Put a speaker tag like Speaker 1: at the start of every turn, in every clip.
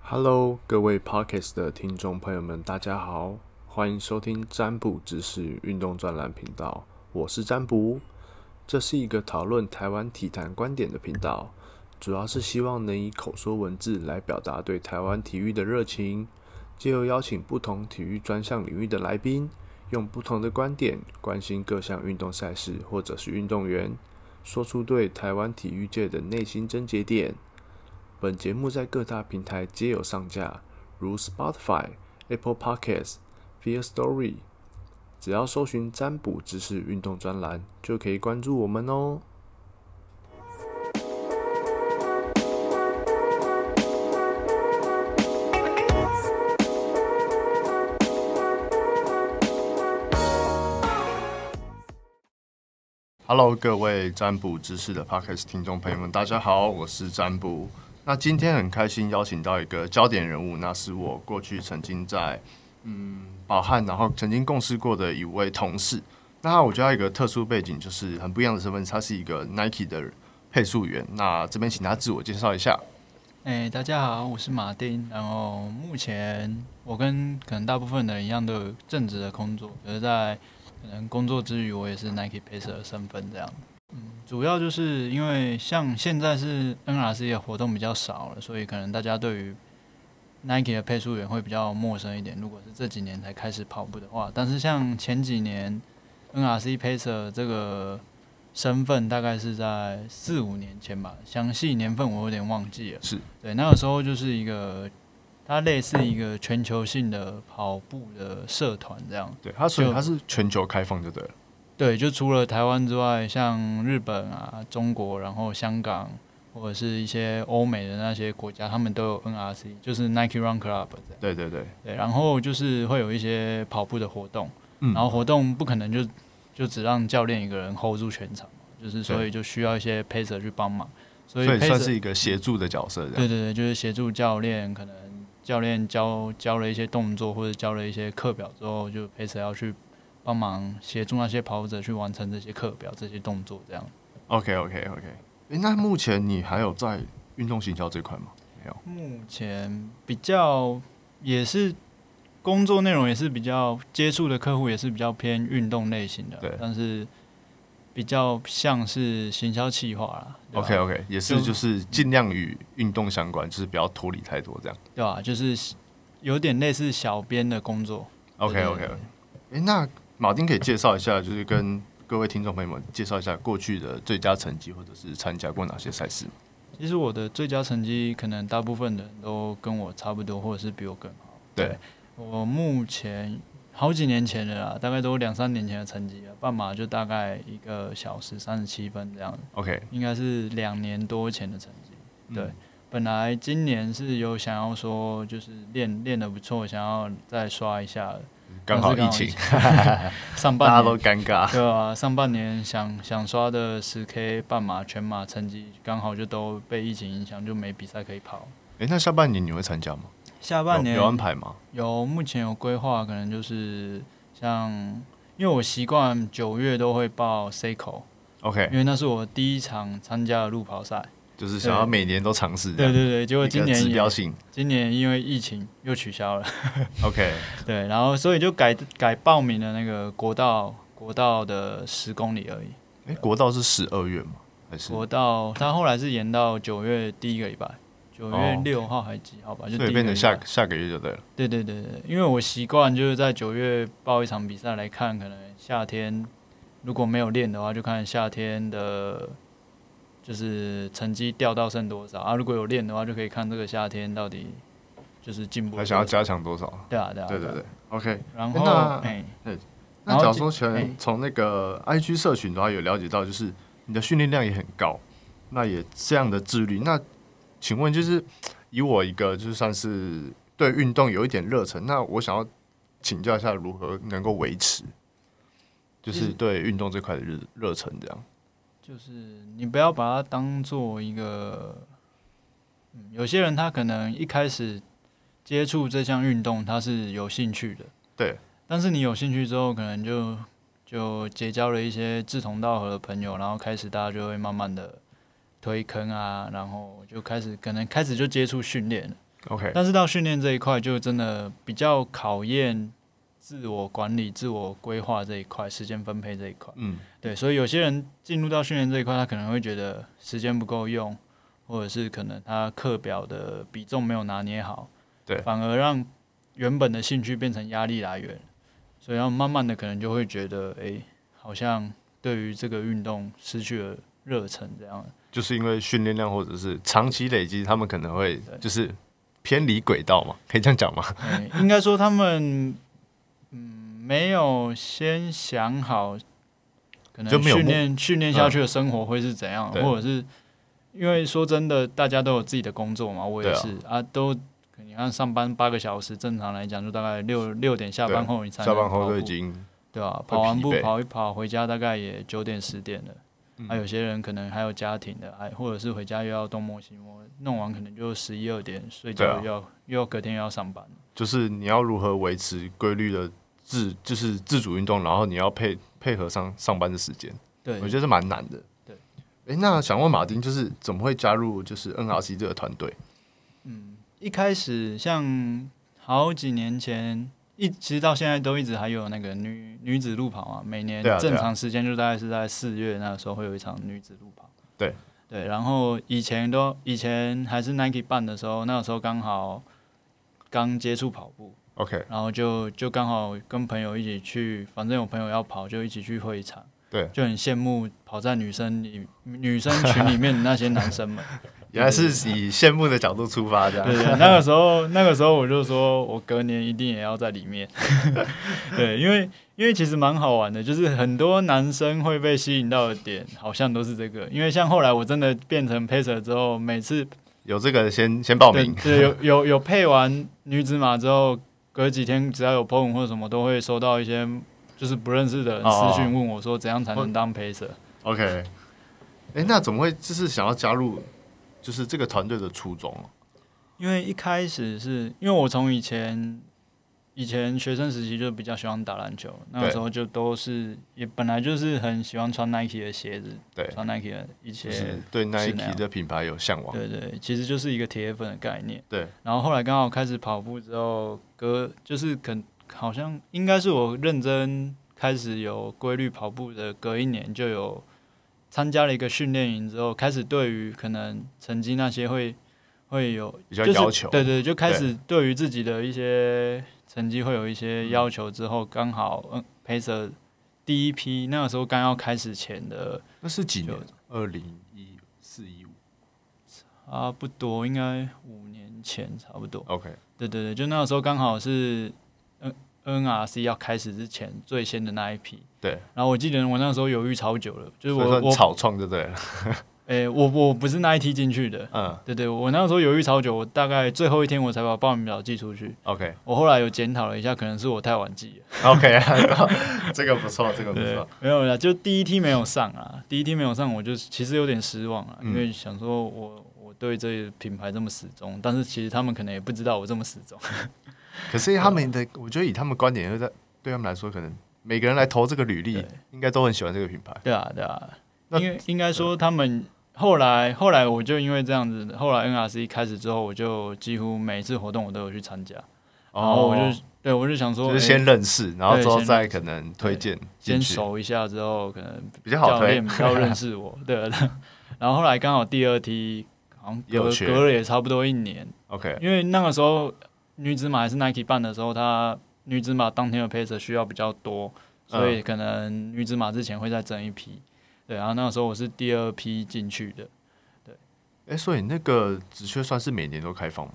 Speaker 1: Hello，各位 Pockets 的听众朋友们，大家好，欢迎收听占卜知识运动专栏频道，我是占卜。这是一个讨论台湾体坛观点的频道，主要是希望能以口说文字来表达对台湾体育的热情，借由邀请不同体育专项领域的来宾，用不同的观点关心各项运动赛事或者是运动员，说出对台湾体育界的内心症结点。本节目在各大平台皆有上架，如 Spotify、Apple Podcasts、Fear Story。只要搜寻“占卜知识运动”专栏，就可以关注我们哦。Hello，各位占卜知识的 Podcast 听众朋友们，大家好，我是占卜。那今天很开心邀请到一个焦点人物，那是我过去曾经在嗯宝汉，然后曾经共事过的一位同事。那我觉得他有一个特殊背景，就是很不一样的身份，他是一个 Nike 的配速员。那这边请他自我介绍一下。
Speaker 2: 哎、大家好，我是马丁。然后目前我跟可能大部分人一样都有正职的工作，可是在可能工作之余，我也是 Nike Pacer 的身份这样。嗯，主要就是因为像现在是 NRC 的活动比较少了，所以可能大家对于 Nike 的配速员会比较陌生一点。如果是这几年才开始跑步的话，但是像前几年 NRC Pacer 这个身份大概是在四五年前吧，详细年份我有点忘记了。
Speaker 1: 是
Speaker 2: 对，那个时候就是一个，它类似一个全球性的跑步的社团这样。
Speaker 1: 对，他所以
Speaker 2: 就
Speaker 1: 他是全球开放就对了。
Speaker 2: 对，就除了台湾之外，像日本啊、中国，然后香港或者是一些欧美的那些国家，他们都有 NRC，就是 Nike Run Club 这样。
Speaker 1: 对对对，
Speaker 2: 对，然后就是会有一些跑步的活动，
Speaker 1: 嗯
Speaker 2: 然后活动不可能就就只让教练一个人 hold 住全场嘛，就是所以就需要一些 pacer 去帮忙，所
Speaker 1: 所
Speaker 2: 以
Speaker 1: 以
Speaker 2: pacer
Speaker 1: 算是一个协助的角色这
Speaker 2: 对
Speaker 1: 样。
Speaker 2: 对对，就是协助教练，可能教练教教了一些动作或者教了一些课表之后，就 pacer 要去帮忙协助那些跑者去完成这些课表、这些动作这样。
Speaker 1: OK OK OK。诶，那目前你还有在运动行销这块吗？
Speaker 2: 目前比较也是工作内容也是比较接触的客户也是比较偏运动类型的，
Speaker 1: 对
Speaker 2: 但是比较像是行销企划啦对吧
Speaker 1: OK OK，也是
Speaker 2: 啊就
Speaker 1: 就是尽量与运动相关，就是不要脱离太多这样。
Speaker 2: 对吧、就是有点类似小编的工作。
Speaker 1: OK
Speaker 2: 对
Speaker 1: OK
Speaker 2: 对
Speaker 1: OK。哎，那马丁可以介绍一下，就是跟各位听众朋友们介绍一下过去的最佳成绩，或者是参加过哪些赛事吗？
Speaker 2: 其实我的最佳成绩，可能大部分人都跟我差不多，或者是比我更好。
Speaker 1: 对，
Speaker 2: 我目前好几年前的啦，大概都两三年前的成绩了，半马就大概一个小时三十七分这样子，
Speaker 1: ，OK，
Speaker 2: 应该是两年多前的成绩。
Speaker 1: 嗯
Speaker 2: 对本来今年是有想要说，就是练练得不错，想要再刷一下的，
Speaker 1: 刚好
Speaker 2: 但
Speaker 1: 疫
Speaker 2: 是
Speaker 1: 情，
Speaker 2: 上
Speaker 1: 大家
Speaker 2: 半
Speaker 1: 都
Speaker 2: 年
Speaker 1: 尴尬。
Speaker 2: 对啊，上半年想想刷的十 K 半马、全马成绩，刚好就都被疫情影响，就没比赛可以跑。
Speaker 1: 哎，那下半年你会参加吗？
Speaker 2: 下
Speaker 1: 有
Speaker 2: 半年
Speaker 1: 有安排吗？
Speaker 2: 有目前有规划，可能就是像，因为我习惯九月都会报 C 口，因
Speaker 1: OK，
Speaker 2: 为那是我第一场参加的路跑赛。
Speaker 1: 就是想要每年都尝试这
Speaker 2: 对
Speaker 1: 样，
Speaker 2: 对对，结果今
Speaker 1: 一个指
Speaker 2: 年
Speaker 1: 标
Speaker 2: 也
Speaker 1: 性。
Speaker 2: 今年因为疫情又取消了，
Speaker 1: OK，
Speaker 2: 对， 然后所以就改改报名的那个国道国道的十公里而已。
Speaker 1: 哎，国道是十二月吗？还是？
Speaker 2: 国道它后来是延到九月第一个礼拜，九月
Speaker 1: 哦
Speaker 2: 六号还是几号吧，就
Speaker 1: 所
Speaker 2: 第
Speaker 1: 以
Speaker 2: 一
Speaker 1: 变
Speaker 2: 个
Speaker 1: 成
Speaker 2: 礼
Speaker 1: 下
Speaker 2: 拜
Speaker 1: 下个月就对了。
Speaker 2: 对对对对，因为我习惯就是在九月报一场比赛来看，可能夏天如果没有练的话，就看夏天的，就是成绩掉到剩多少啊。如果有练的话，就可以看这个夏天到底就是进步
Speaker 1: 还
Speaker 2: 了多少。
Speaker 1: 想要加强多少？
Speaker 2: 对啊对啊
Speaker 1: 对对
Speaker 2: 啊
Speaker 1: 对，OK。
Speaker 2: 然
Speaker 1: 那
Speaker 2: 后哎、
Speaker 1: 那
Speaker 2: 然后
Speaker 1: 假如
Speaker 2: 就
Speaker 1: 说从
Speaker 2: 哎
Speaker 1: 从那个 IG 社群的话，有了解到就是你的训练量也很高，那也这样的自律，那请问就是以我一个就算是对运动有一点热忱，那我想要请教一下如何能够维持，就
Speaker 2: 其
Speaker 1: 是
Speaker 2: 实
Speaker 1: 对运动这块的热热忱这样。
Speaker 2: 就是你不要把它当做一个，嗯，有些人他可能一开始接触这项运动，他是有兴趣的，
Speaker 1: 对。
Speaker 2: 但是你有兴趣之后，可能就就结交了一些志同道合的朋友，然后开始大家就会慢慢的推坑啊，然后就开始可能开始就接触训练了。
Speaker 1: OK，
Speaker 2: 但是到训练这一块，就真的比较考验自我管理、自我规划这一块、时间分配这一块。
Speaker 1: 嗯，
Speaker 2: 对，所以有些人进入到训练这一块，他可能会觉得时间不够用，或者是可能他课表的比重没有拿捏好，
Speaker 1: 对
Speaker 2: 反而让原本的兴趣变成压力来源，所以要慢慢的可能就会觉得，哎、好像对于这个运动失去了热忱这样。
Speaker 1: 就是因为训练量或者是长期累积，他们可能会
Speaker 2: 对
Speaker 1: 就是偏离轨道嘛，可以这样讲吗？
Speaker 2: 哎应该说他们嗯没有先想好，可
Speaker 1: 就
Speaker 2: 能
Speaker 1: 没有目嗯
Speaker 2: 训练训练下去的生活会是怎样，
Speaker 1: 对
Speaker 2: 或者是因为说真的，大家都有自己的工作嘛，我也是啊都你看上班八个小时，正常来讲就大概六六点下班后你才
Speaker 1: 啊下班后
Speaker 2: 能跑
Speaker 1: 都已
Speaker 2: 步
Speaker 1: 经
Speaker 2: 对啊，
Speaker 1: 会
Speaker 2: 跑完步
Speaker 1: 疲惫
Speaker 2: 跑一跑，回家大概也九点十点了。
Speaker 1: 嗯
Speaker 2: 还、有些人可能还有家庭的，还或者是回家又要东摸西摸，弄完可能就十一二点睡
Speaker 1: 对啊
Speaker 2: 觉，又要、又要隔天又要上班。
Speaker 1: 就是你要如何维持规律的自就是自主运动，然后你要配配合上上班的时间，
Speaker 2: 对，
Speaker 1: 我觉得是蛮难的。
Speaker 2: 对，
Speaker 1: 哎、那想问马丁，就是怎么会加入就是 NRC 这个团队？
Speaker 2: 一开始像好几年前，一其实到现在都一直还有那个女女子路跑啊，每年
Speaker 1: 对啊对啊
Speaker 2: 正常时间就大概是在四月那个时候会有一场女子路跑。
Speaker 1: 对
Speaker 2: 对，然后以前都以前还是 Nike 办的时候，那个时候刚好刚接触跑步，
Speaker 1: OK，
Speaker 2: 然后就就刚好跟朋友一起去，反正有朋友要跑，就一起去会场。
Speaker 1: 对
Speaker 2: 就很羡慕跑在女生里女生群里面的那些男生们。
Speaker 1: 原来是以羡慕的角度出发，这样
Speaker 2: 对对，那个时候，那个时候我就说，我隔年一定也要在 里面。对，因为因为其实蛮好玩的，就是很多男生会被吸引到的点，好像都是这个。因为像后来我真的变成 pacer 之后，每次
Speaker 1: 有这个先先报
Speaker 2: 对
Speaker 1: 名。
Speaker 2: 对有有有配完女子马之后，隔几天只要有 po 文或者什么，都会收到一些就是不认识的人
Speaker 1: 哦
Speaker 2: 私讯问我说，怎样才能当 pacer？
Speaker 1: OK，哎、诶那怎么会就是想要加入就是这个团队的初衷啊？
Speaker 2: 因为一开始是因为我从以前以前学生时期就比较喜欢打篮球，那个时候就都是也本来就是很喜欢穿 Nike 的鞋子，
Speaker 1: 对，
Speaker 2: 穿 Nike 的一些，
Speaker 1: 就是对
Speaker 2: 那样
Speaker 1: Nike 的品牌有向往。
Speaker 2: 对对，其实就是一个铁粉的概念。
Speaker 1: 对，
Speaker 2: 然后后来刚好开始跑步之后，隔就是肯好像应该是我认真开始有规律跑步的，隔一年就有参加了一个训练营之后，开始对于可能成绩那些会会有
Speaker 1: 比较
Speaker 2: 就是
Speaker 1: 要求
Speaker 2: 对对，就开始对于自己的一些成绩会有一
Speaker 1: 嗯
Speaker 2: 些要求。之后刚好嗯，陪着第一批那个时候刚要开始前的
Speaker 1: 那是几年？二零一四一五。
Speaker 2: 差啊不多应该五年前差不多。
Speaker 1: OK，
Speaker 2: 对对对，就那个时候刚好是 N NRC 要开始之前最先的那一批。
Speaker 1: 对，
Speaker 2: 然后我记得我那时候犹豫超久了，就是
Speaker 1: 所以
Speaker 2: 我
Speaker 1: 算
Speaker 2: 我
Speaker 1: 草创就对了。
Speaker 2: 诶、我我不是那一梯进去的。
Speaker 1: 嗯
Speaker 2: 对对，我那时候犹豫超久，我大概最后一天我才把报名表寄出去。
Speaker 1: ，OK
Speaker 2: 我后来有检讨了一下，可能是我太晚寄了。
Speaker 1: OK，这个不错，这个不
Speaker 2: 对
Speaker 1: 错。，
Speaker 2: 没有啦，就第一梯没有上啊，第一梯没有上，我就其实有点失望啊，
Speaker 1: 嗯
Speaker 2: 因为想说我我对这个品牌这么始终，但是其实他们可能也不知道我这么始终。
Speaker 1: 可是他们的，我觉得以他们观点，就在对他们来说，可能每个人来投这个履历
Speaker 2: 对，
Speaker 1: 应该都很喜欢这个品牌。
Speaker 2: 对啊，对啊，
Speaker 1: 那
Speaker 2: 因为应该说他们后来后来我就因为这样子，后来 NRC 开始之后，我就几乎每一次活动我都有去参加，然哦后我就、对我就想说，
Speaker 1: 哦
Speaker 2: 哎
Speaker 1: 就是
Speaker 2: 诶
Speaker 1: 先认识，然后之后
Speaker 2: 对先认识
Speaker 1: 再可能推荐进
Speaker 2: 先
Speaker 1: 去，
Speaker 2: 熟一下之后，可能
Speaker 1: 比较好
Speaker 2: 教
Speaker 1: 推
Speaker 2: 练。比较认识我， 对啊。然后后来刚好第二梯好像
Speaker 1: 又
Speaker 2: 隔
Speaker 1: 缺
Speaker 2: 隔了也差不多一年，
Speaker 1: OK，
Speaker 2: 因为那个时候女子马还是 Nike 办的时候，她女子马当天的配色需要比较多，
Speaker 1: 嗯
Speaker 2: 所以可能女子马之前会再增一批。对，然后那个时候我是第二批进去的。
Speaker 1: 哎，所以那个职缺算是每年都开放吗？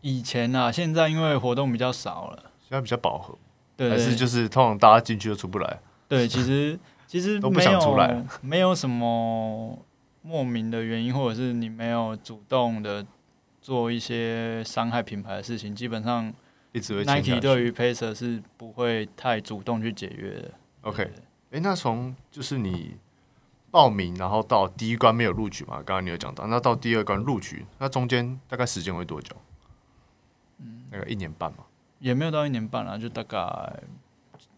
Speaker 2: 以前啊，现在因为活动比较少了，
Speaker 1: 现在比较饱和，
Speaker 2: 对
Speaker 1: 还
Speaker 2: 对
Speaker 1: 是就是通常大家进去就出不来？
Speaker 2: 对，其实 其实
Speaker 1: 都不
Speaker 2: 没
Speaker 1: 想
Speaker 2: 有
Speaker 1: 出来
Speaker 2: 没有什么莫名的原因，或者是你没有主动的做一些伤害品牌的事情，基本上
Speaker 1: 一直会签下
Speaker 2: Nike
Speaker 1: 去
Speaker 2: 对于 Pacer 是不会太主动去解约的。
Speaker 1: OK，哎、那从就是你报名，然后到第一关没有录取嘛？刚刚你有讲到，那到第二关录取，那中间大概时间会多久？嗯，大概一年半嘛。
Speaker 2: 也没有到一年半啦，啊就大概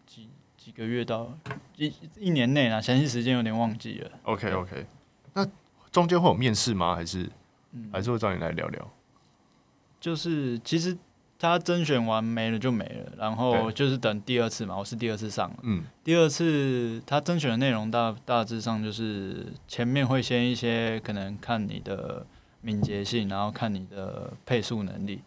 Speaker 2: 几几个月到一一年内啦，详细时间有点忘记了。
Speaker 1: OK OK，那中间会有面试吗？还是、还是会找你来聊聊？
Speaker 2: 就是其实他甄选完没了就没了，然后
Speaker 1: 对
Speaker 2: 就是等第二次嘛，我是第二次上了。
Speaker 1: 嗯，
Speaker 2: 第二次他甄选的内容大大致上就是前面会先一些可能看你的敏捷性，然后看你的配速能力。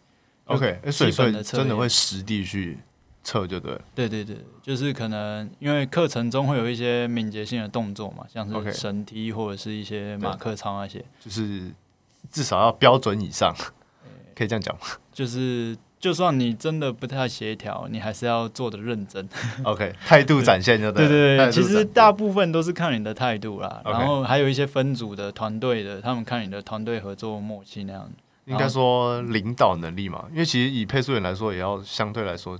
Speaker 1: OK，哎，所以
Speaker 2: 基
Speaker 1: 所
Speaker 2: 本
Speaker 1: 以
Speaker 2: 的测
Speaker 1: 真的
Speaker 2: 验
Speaker 1: 会实地去测就对了。
Speaker 2: 对对对，就是可能因为课程中会有一些敏捷性的动作嘛，像
Speaker 1: OK
Speaker 2: 是绳踢或者是一些马克操那些，
Speaker 1: 就是至少要标准以上，可以这样讲吗
Speaker 2: 就是就算你真的不太协调，你还是要做的认真。
Speaker 1: ？OK，态度展现就
Speaker 2: 对
Speaker 1: 了
Speaker 2: 对
Speaker 1: 态
Speaker 2: 对，
Speaker 1: 度
Speaker 2: 其
Speaker 1: 展
Speaker 2: 实
Speaker 1: 现
Speaker 2: 大部分都是看你的态度啦
Speaker 1: OK
Speaker 2: 然后还有一些分组的、团队的，他们看你的团队合作默契那样。
Speaker 1: 应该说领导能力嘛，因为其实以配速员来说，也要相对来说，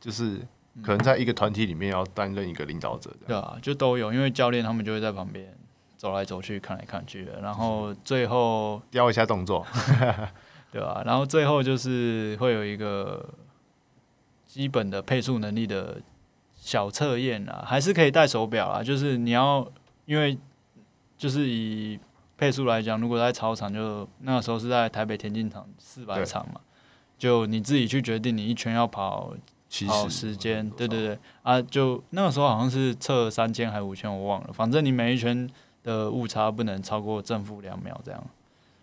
Speaker 1: 就是
Speaker 2: 嗯
Speaker 1: 可能在一个团体里面要担任一个领导者这样。
Speaker 2: 对啊，就都有，因为教练他们就会在旁边走来走去、看来看去的，然后最后
Speaker 1: 雕一下动作，
Speaker 2: 对吧、然后最后就是会有一个基本的配速能力的小测验啊，还是可以戴手表啊。就是你要，因为就是以配速来讲，如果在操场就那个时候是在台北田径场四百
Speaker 1: 对
Speaker 2: 场嘛，就你自己去决定你一圈要跑
Speaker 1: 其
Speaker 2: 跑
Speaker 1: 实
Speaker 2: 时间。对对对，啊，就那个时候好像是测三千还五千，我忘了，反正你每一圈的误差不能超过正负两秒这样。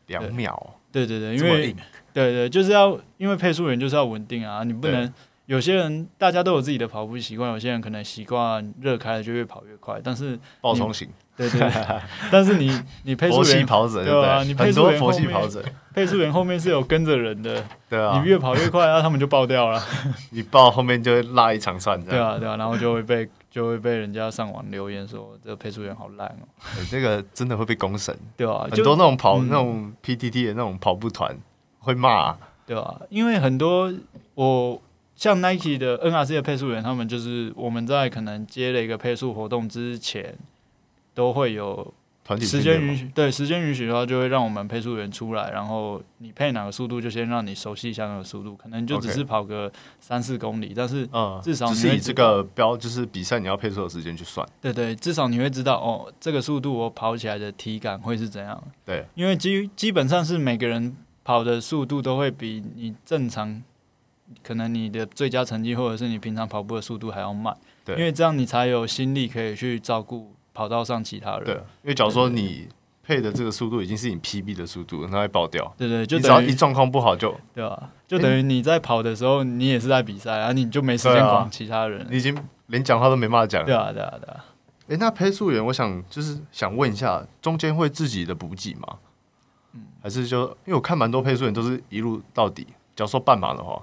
Speaker 1: 两秒，
Speaker 2: 对对对，因
Speaker 1: 这么
Speaker 2: 为
Speaker 1: 硬
Speaker 2: 对对，就是要因为配速员就是要稳定啊，你不能有些人大家都有自己的跑步习惯，有些人可能习惯热开了就越跑越快，但是
Speaker 1: 爆冲型，
Speaker 2: 对对对但是你你配速
Speaker 1: 佛系
Speaker 2: 员
Speaker 1: 跑者，
Speaker 2: 对啊
Speaker 1: 不
Speaker 2: 你
Speaker 1: 对？
Speaker 2: 配
Speaker 1: 很
Speaker 2: 速
Speaker 1: 多
Speaker 2: 员
Speaker 1: 佛
Speaker 2: 后
Speaker 1: 系
Speaker 2: 面
Speaker 1: 跑 者，
Speaker 2: 配速员后面是有跟着人的，
Speaker 1: 对啊
Speaker 2: 你，越跑越快，然后他们就爆掉 了，
Speaker 1: 你爆后面就会拉一长串这
Speaker 2: 对
Speaker 1: 样。
Speaker 2: 啊对啊，然后就会被就会被人家上网留言说这配速员好烂哦，
Speaker 1: 哎这个真的会被公审，
Speaker 2: 对啊，
Speaker 1: 很
Speaker 2: 就
Speaker 1: 多那种跑
Speaker 2: 嗯
Speaker 1: 那种 PTT 的那种跑步团会骂，
Speaker 2: 对啊，因为很多我像 Nike 的 NRC 的配速员，他们就是我们在可能接了一个配速活动之前，都会有
Speaker 1: 团体
Speaker 2: 时
Speaker 1: 训练
Speaker 2: 间
Speaker 1: 嘛
Speaker 2: 允许，对时间允许的话，就会让我们配速员出来，然后你配哪个速度，就先让你熟悉一下那个速度，可能就只
Speaker 1: OK
Speaker 2: 是跑个三四公里，但是
Speaker 1: 嗯，
Speaker 2: 至少
Speaker 1: 只
Speaker 2: 你
Speaker 1: 是
Speaker 2: 会
Speaker 1: 以
Speaker 2: 知
Speaker 1: 这个标，就是比赛你要配速的时间去算。
Speaker 2: 对对，至少你会知道哦，这个速度我跑起来的体感会是怎样。
Speaker 1: 对，
Speaker 2: 因为基基本上是每个人跑的速度都会比你正常，可能你的最佳成绩或者是你平常跑步的速度还要慢。
Speaker 1: 对
Speaker 2: 因为这样你才有心力可以去照顾跑道上其他人。
Speaker 1: 对，因为假如说你配的这个速度已经是你 PB 的速度，那会爆掉。
Speaker 2: 对对，就
Speaker 1: 你只要
Speaker 2: 等
Speaker 1: 一
Speaker 2: 于
Speaker 1: 状况不好就，
Speaker 2: 对吧？就等于你在跑的时候，你也是在比赛啊，你就没时间
Speaker 1: 对啊
Speaker 2: 管其他人。
Speaker 1: 你已经连讲话都没办法讲。
Speaker 2: 对啊，对啊，对啊。
Speaker 1: 哎，那配速员，我想就是想问一下，中间会自己的补给吗？
Speaker 2: 嗯
Speaker 1: 还是就因为我看蛮多配速员都是一路到底。假如说半马的话，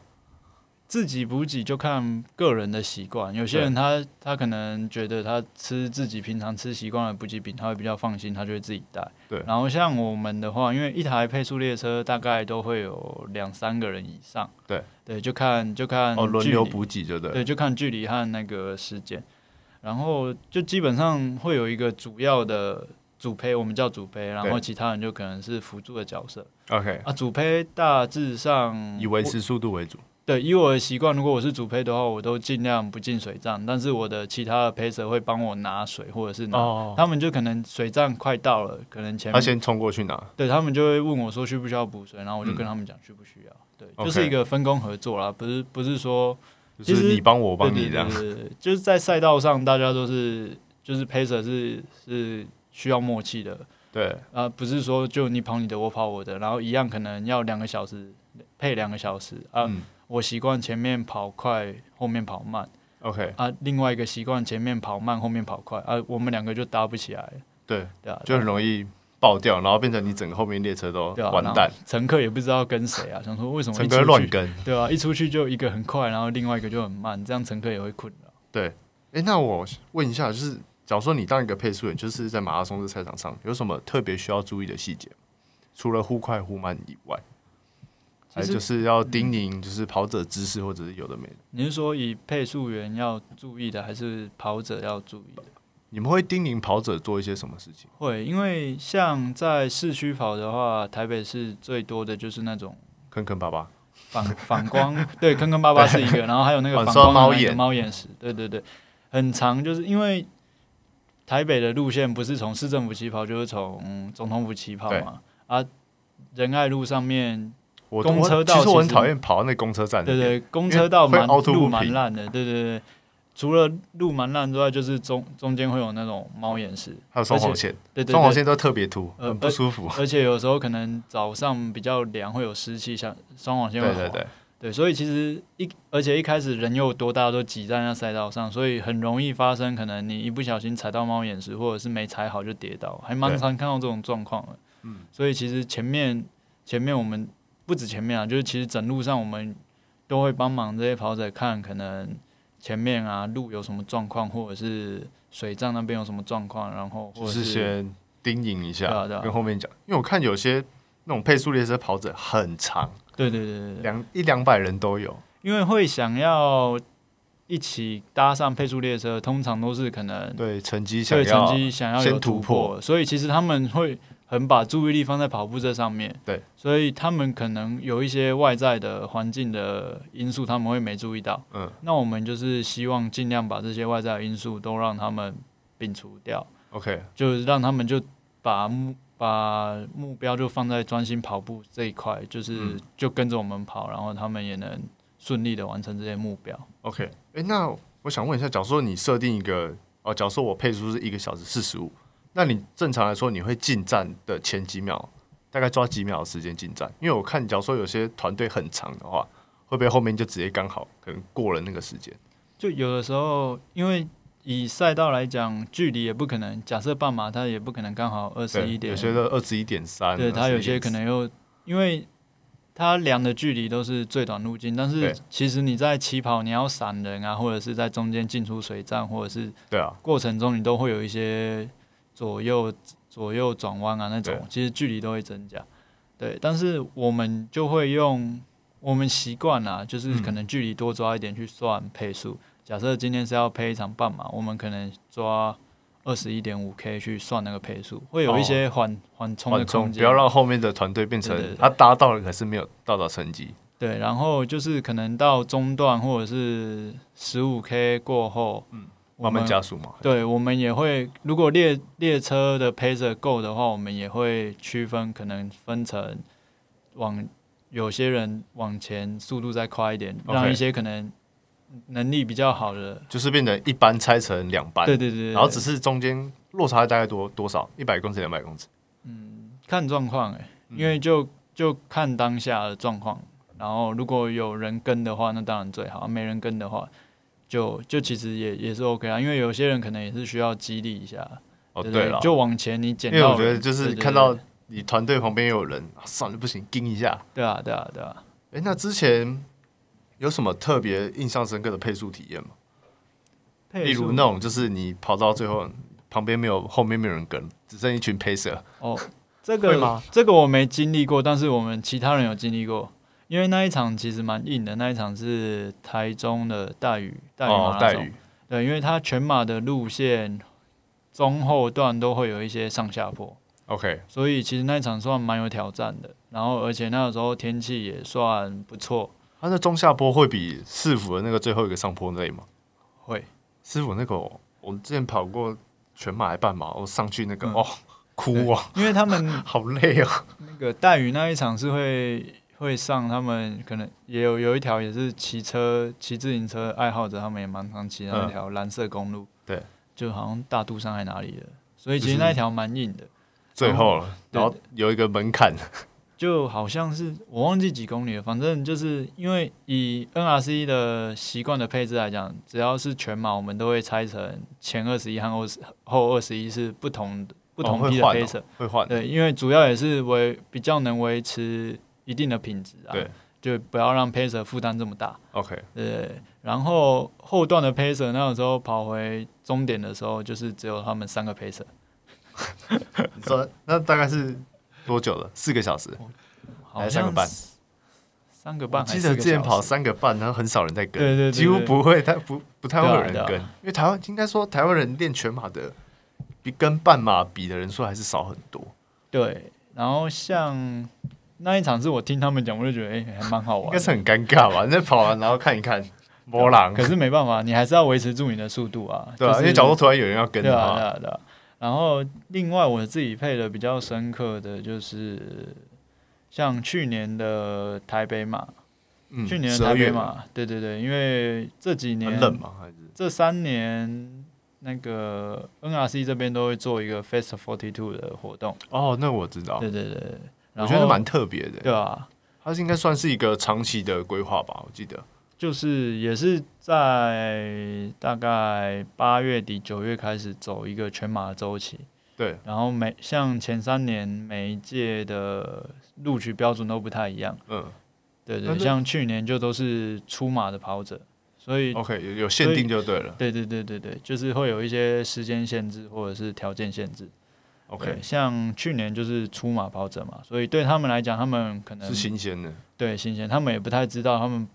Speaker 2: 自己补给就看个人的习惯，有些人他他可能觉得他吃自己平常吃习惯的补给品，他会比较放心，他就会自己带。
Speaker 1: 对
Speaker 2: 然后像我们的话，因为一台配速列车大概都会有两三个人以上。
Speaker 1: 对。
Speaker 2: 对，就看就看
Speaker 1: 哦，轮流
Speaker 2: 嗯距离
Speaker 1: 补给，对不对？
Speaker 2: 对，就看距离和那个时间，然后就基本上会有一个主要的主胚，我们叫主胚，然后
Speaker 1: 对
Speaker 2: 其他人就可能是辅助的角色
Speaker 1: OK，
Speaker 2: 啊。主胚大致上
Speaker 1: 以维持速度为主。
Speaker 2: 对，以我的习惯，如果我是主配的话，我都尽量不进水站，但是我的其他的陪者会帮我拿水或者是拿，
Speaker 1: 哦，
Speaker 2: 他们就可能水站快到了，可能前
Speaker 1: 他
Speaker 2: 面
Speaker 1: 先冲过去拿。
Speaker 2: 对他们就会问我说需不需要补水，然后我就
Speaker 1: 嗯
Speaker 2: 跟他们讲需不需要，对，
Speaker 1: OK
Speaker 2: 就是一个分工合作啦，不是不是说
Speaker 1: 就
Speaker 2: 其实
Speaker 1: 是你帮我，我
Speaker 2: 对
Speaker 1: 帮
Speaker 2: 对
Speaker 1: 你这
Speaker 2: 对
Speaker 1: 样，
Speaker 2: 对，对就是在赛道上大家都是就是陪者是是需要默契的，
Speaker 1: 对，
Speaker 2: 啊，不是说就你跑你的，我跑我的，然后一样可能要两个小时配两个小时啊。
Speaker 1: 嗯
Speaker 2: 我习惯前面跑快，后面跑慢
Speaker 1: ，OK，
Speaker 2: 啊。另外一个习惯前面跑慢，后面跑快啊。我们两个就搭不起来，
Speaker 1: 对，
Speaker 2: 对啊，
Speaker 1: 就很容易爆掉，然后变成你整个后面列车都
Speaker 2: 对啊，
Speaker 1: 完
Speaker 2: 然后
Speaker 1: 蛋，
Speaker 2: 乘客也不知道跟谁啊，想说为什么
Speaker 1: 乘
Speaker 2: 一
Speaker 1: 客
Speaker 2: 出
Speaker 1: 乱
Speaker 2: 去，
Speaker 1: 跟。
Speaker 2: 对啊，一出去就一个很快，然后另外一个就很慢，这样乘客也会困扰。
Speaker 1: 哎，那我问一下，就是假如说你当一个配速员，就是在马拉松这赛场上，有什么特别需要注意的细节吗？除了忽快忽慢以外，还
Speaker 2: 其
Speaker 1: 有
Speaker 2: 实
Speaker 1: 就是要叮咛，就是跑者姿势或者是有的没的，
Speaker 2: 你是说以配速员要注意的，还是跑者要注意的？
Speaker 1: 你们会叮咛跑者做一些什么事情？
Speaker 2: 会，因为像在市区跑的话，台北市最多的就是那种
Speaker 1: 坑坑巴巴，
Speaker 2: 反反光，对，坑坑巴巴是一个，然后还有那个
Speaker 1: 反
Speaker 2: 反
Speaker 1: 射
Speaker 2: 光的
Speaker 1: 猫
Speaker 2: 那个
Speaker 1: 眼
Speaker 2: 猫眼石，对对对，很长，就是因为台北的路线不是从市政府起跑，就是从总统府起跑
Speaker 1: 对
Speaker 2: 嘛，啊，仁爱路上面
Speaker 1: 我
Speaker 2: 公车道
Speaker 1: 我其实我很
Speaker 2: 其实
Speaker 1: 讨厌跑到那公车站那
Speaker 2: 对
Speaker 1: 边，
Speaker 2: 对，公车道
Speaker 1: 因为会
Speaker 2: 蛮
Speaker 1: 凹凸不
Speaker 2: 路
Speaker 1: 平
Speaker 2: 蛮烂的，对对对。除了路蛮烂之外，就是中中间会有那种猫眼石，
Speaker 1: 还有双黄线，
Speaker 2: 对对
Speaker 1: 双黄
Speaker 2: 对，
Speaker 1: 线都特别凸，
Speaker 2: 呃
Speaker 1: 很不舒服。
Speaker 2: 而且有时候可能早上比较凉，会有湿气，像双黄线
Speaker 1: 对
Speaker 2: 会
Speaker 1: 对
Speaker 2: 滑
Speaker 1: 对，
Speaker 2: 对，所以其实一而且一开始人又多，大家都挤在那赛道上，所以很容易发生可能你一不小心踩到猫眼石，或者是没踩好就跌倒，还蛮
Speaker 1: 对
Speaker 2: 常看到这种状况的。
Speaker 1: 嗯，
Speaker 2: 所以其实前面前面我们不止前面啊，就是其实整路上我们都会帮忙这些跑者看可能前面啊路有什么状况，或者是水站那边有什么状况，然后或
Speaker 1: 就
Speaker 2: 者
Speaker 1: 是先叮咛一
Speaker 2: 对啊
Speaker 1: 下，
Speaker 2: 对啊
Speaker 1: 跟后面讲，因为我看有些那种配速列车跑者很长，
Speaker 2: 对对对对对，
Speaker 1: 两一两百人都有，
Speaker 2: 因为会想要一起搭上配速列车，通常都是可能
Speaker 1: 对成绩想
Speaker 2: 对成
Speaker 1: 要
Speaker 2: 绩想要有
Speaker 1: 先突
Speaker 2: 突破，所以其实他们会很把注意力放在跑步这上面。
Speaker 1: 对，
Speaker 2: 所以他们可能有一些外在的环境的因素，他们会没注意到。
Speaker 1: 嗯，
Speaker 2: 那我们就是希望尽量把这些外在的因素都让他们摒除掉，
Speaker 1: OK，
Speaker 2: 就是让他们就把目把目标就放在专心跑步这一块，就是
Speaker 1: 嗯
Speaker 2: 就跟着我们跑，然后他们也能顺利的完成这些目标。
Speaker 1: OK，哎、那我想问一下，假如说你设定一个哦，假如说我配速是一个小时四十五，那你正常来说你会进站的前几秒，大概抓几秒的时间进站？因为我看，假如说有些团队很长的话，会不会后面就直接刚好可能过了那个时间？
Speaker 2: 就有的时候，因为以赛道来讲，距离也不可能。假设半马，它也不可能刚好二十
Speaker 1: 对，
Speaker 2: 一点，
Speaker 1: 有些都二十一点三，
Speaker 2: 对它有些
Speaker 1: 21.4
Speaker 2: 可能又因为它量的距离都是最短路径，但是
Speaker 1: 对
Speaker 2: 其实你在起跑，你要闪人啊，或者是在中间进出水站，或者是
Speaker 1: 对啊，
Speaker 2: 过程中你都会有一些左右左右转弯啊那种
Speaker 1: 对，
Speaker 2: 其实距离都会增加。对，但是我们就会用我们习惯啦，就是
Speaker 1: 嗯
Speaker 2: 可能距离多抓一点去算配速。假设今天是要配一场半马，我们可能抓二十一点五 K 去算那个配速，会有一些缓缓冲的
Speaker 1: 哦缓
Speaker 2: 空
Speaker 1: 冲，
Speaker 2: 间，
Speaker 1: 不要让后面的团队变
Speaker 2: 对对
Speaker 1: 成
Speaker 2: 对
Speaker 1: 他搭到了，可是没有到达成绩。
Speaker 2: 对，然后就是可能到中段或者是十五 K 过后，
Speaker 1: 嗯，
Speaker 2: 我
Speaker 1: 慢
Speaker 2: 们
Speaker 1: 慢加速嘛，
Speaker 2: 对，我们也会，如果列列车的 pacer 够的话，我们也会区分，可能分成往有些人往前速度再快一点，
Speaker 1: OK
Speaker 2: 让一些可能能力比较好的，
Speaker 1: 就是变成一班拆成两班，
Speaker 2: 对对对对，
Speaker 1: 然后只
Speaker 2: 是
Speaker 1: 是中间落差大概多多少？一百公尺、两百公尺。
Speaker 2: 看状况哎，
Speaker 1: 嗯
Speaker 2: 因为就就看当下的状况，然后如果有人跟的话，那当然最好；没人跟的话，就就其实也也是 OK 啊，因为有些人可能也是需要激励一下，
Speaker 1: 哦，
Speaker 2: 对
Speaker 1: 对了，
Speaker 2: 就往前你捡
Speaker 1: 因
Speaker 2: 到
Speaker 1: 为我觉
Speaker 2: 人，
Speaker 1: 得就
Speaker 2: 对
Speaker 1: 是
Speaker 2: 对
Speaker 1: 看
Speaker 2: 对
Speaker 1: 到你团队旁边有人，啊算了，不行，盯一下。
Speaker 2: 对啊对啊对啊。
Speaker 1: 哎，那之前有什么特别印象深刻的配速体验吗？例
Speaker 2: 例
Speaker 1: 如那种就是你跑到最后，旁边没有后面没有人跟，只剩一群 pacer。
Speaker 2: 哦，这
Speaker 1: 会
Speaker 2: 个
Speaker 1: 吗
Speaker 2: 这个我没经历过，但是我们其他人有经历过。因为那一场其实蛮硬的，那一场是台中的大雨大雨马
Speaker 1: 哦，
Speaker 2: 拉
Speaker 1: 带
Speaker 2: 松，
Speaker 1: 鱼。
Speaker 2: 对，因为它全马的路线中后段都会有一些上下坡，
Speaker 1: OK，
Speaker 2: 所以其实那一场算蛮有挑战的。然后而且那个时候天气也算不错，
Speaker 1: 它啊那中下坡会比市府的那个最后一个上坡累吗？
Speaker 2: 会
Speaker 1: 师傅那个我，我之前跑过全马还半马，我上去那个、
Speaker 2: 嗯
Speaker 1: 哦，哭啊，
Speaker 2: 因为他们
Speaker 1: 好累哦。
Speaker 2: 那个大雨那一场是会会上，他们可能也有有一条也是骑车骑自行车爱好者，他们也蛮常骑那
Speaker 1: 嗯
Speaker 2: 条蓝色公路，
Speaker 1: 对，
Speaker 2: 就好像大肚山还哪里的，所以
Speaker 1: 就
Speaker 2: 其实
Speaker 1: 是
Speaker 2: 那一条蛮硬的，
Speaker 1: 最后了，
Speaker 2: 对
Speaker 1: 然后有一个门槛，
Speaker 2: 就好像是我忘记几公里了，反正就是因为以 NRC 的习惯的配置来讲，只要是全马，我们都会拆成前二十一和后后二十一是不同的不同
Speaker 1: 哦会
Speaker 2: 批的
Speaker 1: 换
Speaker 2: 配
Speaker 1: 哦
Speaker 2: 色。
Speaker 1: 会换
Speaker 2: 对，因为主要也是维比较能维持一定的品质啊，
Speaker 1: 对，
Speaker 2: 就不要让 pacer 负担这么大，
Speaker 1: OK，
Speaker 2: 对。然后后段的 pacer 那个时候跑回终点的时候，就是只有他们三个 pacer，
Speaker 1: 你说那大概是多久了？四个小时，
Speaker 2: 好
Speaker 1: 还是
Speaker 2: 像
Speaker 1: 三个半？
Speaker 2: 是三个
Speaker 1: 我
Speaker 2: 半还
Speaker 1: 记
Speaker 2: 是
Speaker 1: 得
Speaker 2: 四个
Speaker 1: 之
Speaker 2: 小时，
Speaker 1: 前跑三个半，然后很少人在跟，
Speaker 2: 对对对
Speaker 1: 几乎
Speaker 2: 对
Speaker 1: 不会，他不不太会
Speaker 2: 对啊
Speaker 1: 有人
Speaker 2: 对啊
Speaker 1: 跟，因为台湾应该说台湾人练全马的，比跟半马比的人数还是少很多。
Speaker 2: 对。然后像那一场是我听他们讲，我就觉得哎、还蛮好
Speaker 1: 应
Speaker 2: 玩
Speaker 1: 该
Speaker 2: 的。
Speaker 1: 是很尴尬 吧？那跑完然后看一
Speaker 2: 啊
Speaker 1: 看，波浪，
Speaker 2: 可是没办法，你还是要维持住你的速度啊。
Speaker 1: 对啊，
Speaker 2: 就是
Speaker 1: 因为假如突然有人要跟
Speaker 2: 对
Speaker 1: 的
Speaker 2: 啊，对
Speaker 1: 话，
Speaker 2: 啊，对啊。然后另外我自己配的比较深刻的就是像去年的台北马，
Speaker 1: 嗯，
Speaker 2: 去年的台
Speaker 1: 12
Speaker 2: 北
Speaker 1: 月
Speaker 2: 马，对对对，因为这几年
Speaker 1: 很冷嘛，还是
Speaker 2: 这三年那个 NRC 这边都会做一个 Fest Forty Two 的活动，
Speaker 1: 哦，那我知道
Speaker 2: 对，对对对，然
Speaker 1: 我
Speaker 2: 后
Speaker 1: 觉得蛮特别的，
Speaker 2: 对啊，
Speaker 1: 它是应该算是一个长期的规划吧，我记得。
Speaker 2: 就是也是在大概八月底九月开始走一个全马的周期，
Speaker 1: 对，
Speaker 2: 然后每像前三年每一届的录取标准都不太一样，
Speaker 1: 嗯
Speaker 2: 对
Speaker 1: 那
Speaker 2: 对，
Speaker 1: 那
Speaker 2: 像去年就都是出马的跑者，所以
Speaker 1: ，OK，有有限定就对了。
Speaker 2: 对对对对对，就是会有一些时间限制或者是条件限制。对
Speaker 1: OK，
Speaker 2: 像去年就是出马跑者嘛，所以对他们来讲，他们可能
Speaker 1: 是新鲜的，
Speaker 2: 对新鲜，他们也不太知道他们，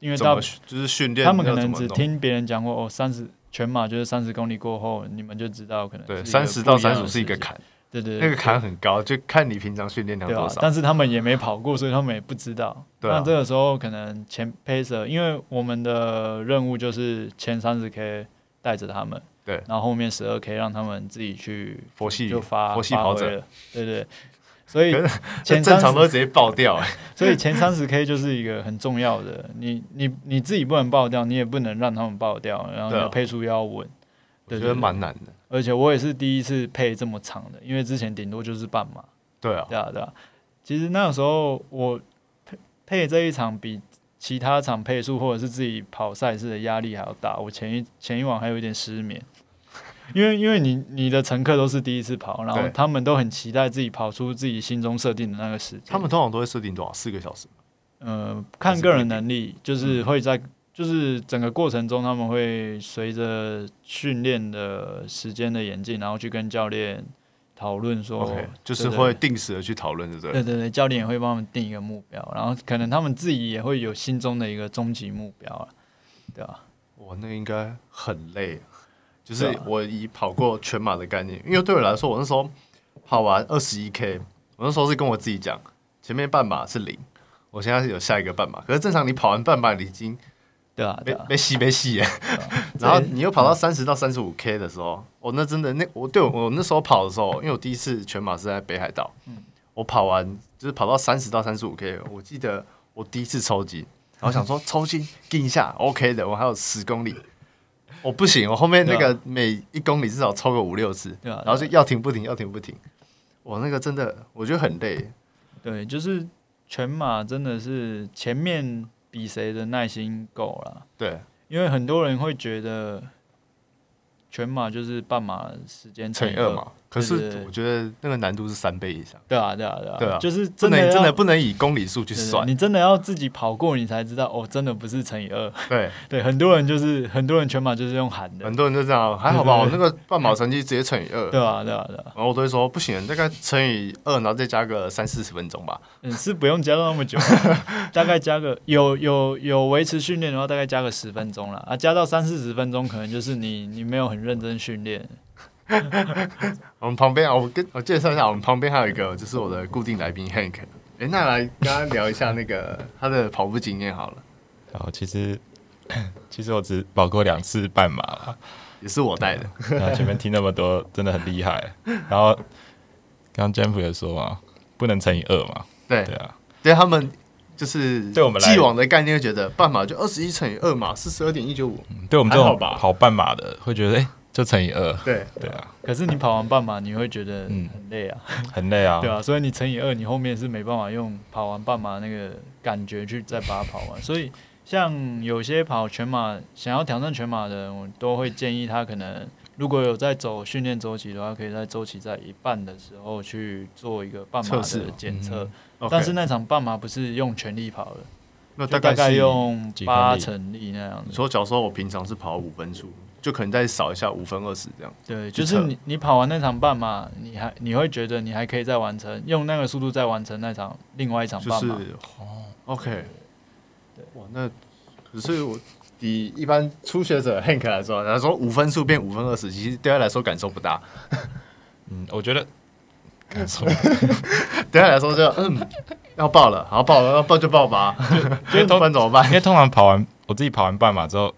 Speaker 2: 因为
Speaker 1: 怎
Speaker 2: 到
Speaker 1: 么就是训练
Speaker 2: 他们可
Speaker 1: 要怎
Speaker 2: 能
Speaker 1: 么
Speaker 2: 只
Speaker 1: 弄，
Speaker 2: 听别人讲过哦，三十全马就是三十公里过后，你们就知道可能
Speaker 1: 对，
Speaker 2: 是一个
Speaker 1: 三十到
Speaker 2: 不一
Speaker 1: 三
Speaker 2: 样的
Speaker 1: 十五是一个
Speaker 2: 世界，
Speaker 1: 坎，
Speaker 2: 对对
Speaker 1: 那
Speaker 2: 对
Speaker 1: 个坎很高，就看你平常训练量
Speaker 2: 对
Speaker 1: 多
Speaker 2: 啊，
Speaker 1: 少。
Speaker 2: 但是他们也没跑过，所以他们也不知道。
Speaker 1: 对啊
Speaker 2: 那这个时候可能前 pacer，因为我们的任务就是前三十 k 带着他们，
Speaker 1: 对
Speaker 2: 然后后面十二 k 让他们自己去
Speaker 1: 佛系
Speaker 2: 就发
Speaker 1: 佛系跑者
Speaker 2: 发挥了对对。所以
Speaker 1: 这
Speaker 2: 前
Speaker 1: 正
Speaker 2: 三
Speaker 1: 常
Speaker 2: 十
Speaker 1: 都直接爆掉、哎
Speaker 2: 所以前三十 K 就是一个很重要的，你你你自己不能爆掉，你也不能让他们爆掉，然后你
Speaker 1: 对
Speaker 2: 的
Speaker 1: 啊
Speaker 2: 配速要稳。
Speaker 1: 我
Speaker 2: 对
Speaker 1: 觉
Speaker 2: 对
Speaker 1: 得
Speaker 2: 对
Speaker 1: 蛮难的。
Speaker 2: 而且我也是第一次配这么长的，因为之前顶多就是半马。
Speaker 1: 对啊，
Speaker 2: 对啊对啊，其实那个时候我配配这一场比其他场配速或者是自己跑赛事的压力还要大，我前一前一晚还有一点失眠。因为因为你你的乘客都是第一次跑，然后
Speaker 1: 对
Speaker 2: 他们都很期待自己跑出自己心中设定的那个时间。
Speaker 1: 他们通常都会设定多少？四个小时。
Speaker 2: 呃，看个人能力，就是会在就是整个过程中，他们会随着训练的时间的演进，然后去跟教练讨论说
Speaker 1: OK，就是
Speaker 2: 哦对
Speaker 1: 会定时的去讨论，对不
Speaker 2: 对
Speaker 1: 对？
Speaker 2: 对对，教练也会帮我们定一个目标，然后可能他们自己也会有心中的一个终极目标啊对吧、
Speaker 1: 哇，那应该很累。就
Speaker 2: 对
Speaker 1: 是
Speaker 2: 啊
Speaker 1: 我以跑过全马的概念，因为对我来说，我那时候跑完二十一 K，我那时候是跟我自己讲，前面半马是零，我现在是有下一个半马。可是正常你跑完半马，你已经
Speaker 2: 对啊，对
Speaker 1: 没
Speaker 2: 啊，嗯
Speaker 1: 没戏没戏耶。
Speaker 2: 这
Speaker 1: 然后你又跑到三十到三十五 K 的时候，我、那真的那我对我我那时候跑的时候，因为我第一次全马是在北海道，
Speaker 2: 嗯
Speaker 1: 我跑完就是跑到三十到三十五 K，我记得我第一次抽筋，然后想说抽筋定一下 OK 的，我还有十公里，我不行，我后面那
Speaker 2: 对啊
Speaker 1: 个每一公里至少抽个五六次，
Speaker 2: 对啊对啊
Speaker 1: 然后就要停不停要停不停，我那个真的我觉得很累，
Speaker 2: 对，就是全马真的是前面比谁的耐心够了。
Speaker 1: 对，
Speaker 2: 因为很多人会觉得全马就是半马时间
Speaker 1: 乘以
Speaker 2: 以
Speaker 1: 二嘛，，可
Speaker 2: 对对
Speaker 1: 是
Speaker 2: 对
Speaker 1: 我觉得那个难度是三倍以上，
Speaker 2: 对啊，对啊，对啊，
Speaker 1: 对啊
Speaker 2: 就是
Speaker 1: 真
Speaker 2: 真
Speaker 1: 的
Speaker 2: 的
Speaker 1: 真的
Speaker 2: 要
Speaker 1: 不能以公里数去
Speaker 2: 对对
Speaker 1: 算，
Speaker 2: 你真的要自己跑过，你才知道哦，真的不是乘以二。
Speaker 1: 对。
Speaker 2: 对，很多人就是很多人全马就是用喊的
Speaker 1: 很，多人就这样，还好吧，我
Speaker 2: 对
Speaker 1: 那个半马成绩直接乘以二，
Speaker 2: 对啊，对啊，对啊，
Speaker 1: 然后我都会说不行，大概乘以二，然后再加个三四十分钟吧。
Speaker 2: 嗯，是不用加到那么久 啊，大概加个有有有维持训练的话，大概加个十分钟啦。啊，加到三四十分钟，可能就是你你没有很认真训练，
Speaker 1: 我们旁边啊，我跟我介绍一下，我们旁边还有一个就是我的固定来宾 Hank。哎，那来跟他聊一下那个他的跑步经验好了，
Speaker 3: 然哦后其实 其实我只跑过两次半马啦，啊
Speaker 1: 也是我带的。
Speaker 3: 那前面听那么多真的很厉害。然后刚刚 Jeff 也说嘛，不能乘以二嘛，
Speaker 1: 对
Speaker 3: 对，啊，
Speaker 1: 对他们就是
Speaker 3: 对我们来
Speaker 1: 既往的概念，就觉得半马就二十一乘以二嘛，四十二点一九五。
Speaker 3: 嗯对我们这
Speaker 1: 还好
Speaker 3: 种
Speaker 1: 吧
Speaker 3: 跑半马的会觉得，哎、就乘以二，
Speaker 1: 对，
Speaker 3: 对啊，
Speaker 2: 可是你跑完半马，你会觉得
Speaker 3: 嗯
Speaker 2: 很累啊，
Speaker 3: 很累啊，
Speaker 2: 对啊，所以你乘以二，你后面是没办法用跑完半马那个感觉去再把它跑完。所以像有些跑全马想要挑战全马的人，我都会建议他可能如果有在走训练周期的话，可以在周期在一半的时候去做一个半马
Speaker 1: 测试
Speaker 2: 的检测
Speaker 3: 嗯。
Speaker 2: 但是
Speaker 1: OK，
Speaker 2: 那场半马不是用全力跑的，
Speaker 1: 那
Speaker 2: 就
Speaker 1: 大
Speaker 2: 大概
Speaker 1: 是
Speaker 2: 用
Speaker 3: 几分力
Speaker 2: 八成力那样
Speaker 1: 你
Speaker 2: 子。
Speaker 1: 说，假如说我平常是跑五分数，就可能再少一下五分二十这样。
Speaker 2: 对，
Speaker 1: 去
Speaker 2: 就是
Speaker 1: 测
Speaker 2: 你你跑完那场半马，你还你会觉得你还可以再完成，用那个速度再完成那场另外一场
Speaker 1: 就
Speaker 2: 半
Speaker 1: 是
Speaker 2: 马。
Speaker 1: o k 哇，那只是我以一般初学者 Hank 来说，他说五分数变五分二十，其实对他来说感受不大，
Speaker 3: 嗯，我觉得感受
Speaker 1: 对他来说就嗯要爆了，好爆了，要爆就爆吧，
Speaker 3: 因为
Speaker 1: 不
Speaker 3: 通
Speaker 1: 然怎么办？
Speaker 3: 因为通常跑完我自己跑完半马之后，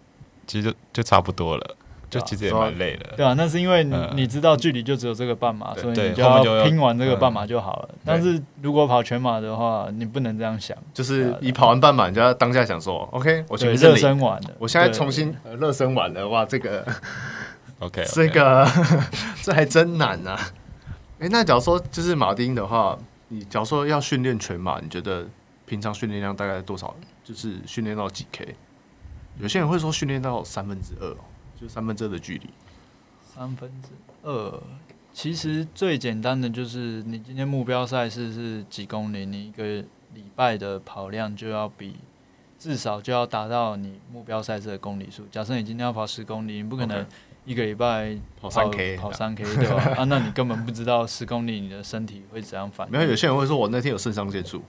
Speaker 3: 其实就就差不多了，就其实也蛮累的。
Speaker 2: 对啊，那是因为你
Speaker 3: 嗯
Speaker 2: 你知道距离就只有这个半马，
Speaker 3: 对
Speaker 2: 所以
Speaker 3: 对
Speaker 2: 你就
Speaker 3: 后面就要
Speaker 2: 要拼完这个
Speaker 3: 嗯
Speaker 2: 半马就好了。但是如果跑全马的话，你不能这样想，
Speaker 1: 就是你跑完半马，人家当下想说，OK，我前
Speaker 2: 啊对，
Speaker 1: 面是
Speaker 2: 热
Speaker 1: 零，
Speaker 2: 身完了，
Speaker 1: 我现在
Speaker 2: 对
Speaker 1: 重新呃热身完了，哇，这个
Speaker 3: OK，
Speaker 1: 这个 这还真难啊。哎，那假如说就是马丁的话，你假如说要训练全马，你觉得平常训练量大概多少？就是训练到几 K？有些人会说训练到三分之二哦，就三分之二的距离。
Speaker 2: 三分之二。其实最简单的就是你今天目标赛事是几公里，你一个礼拜的跑量就要比至少就要达到你目标赛事的公里数。假设你今天要跑十公里，你不可能
Speaker 1: OK
Speaker 2: 一个礼拜
Speaker 1: 跑 3K
Speaker 2: 哦跑三 K 对吧？啊，那你根本不知道十公里你的身体会怎样反应。
Speaker 1: 没有，有些人会说我那天有肾上腺 素。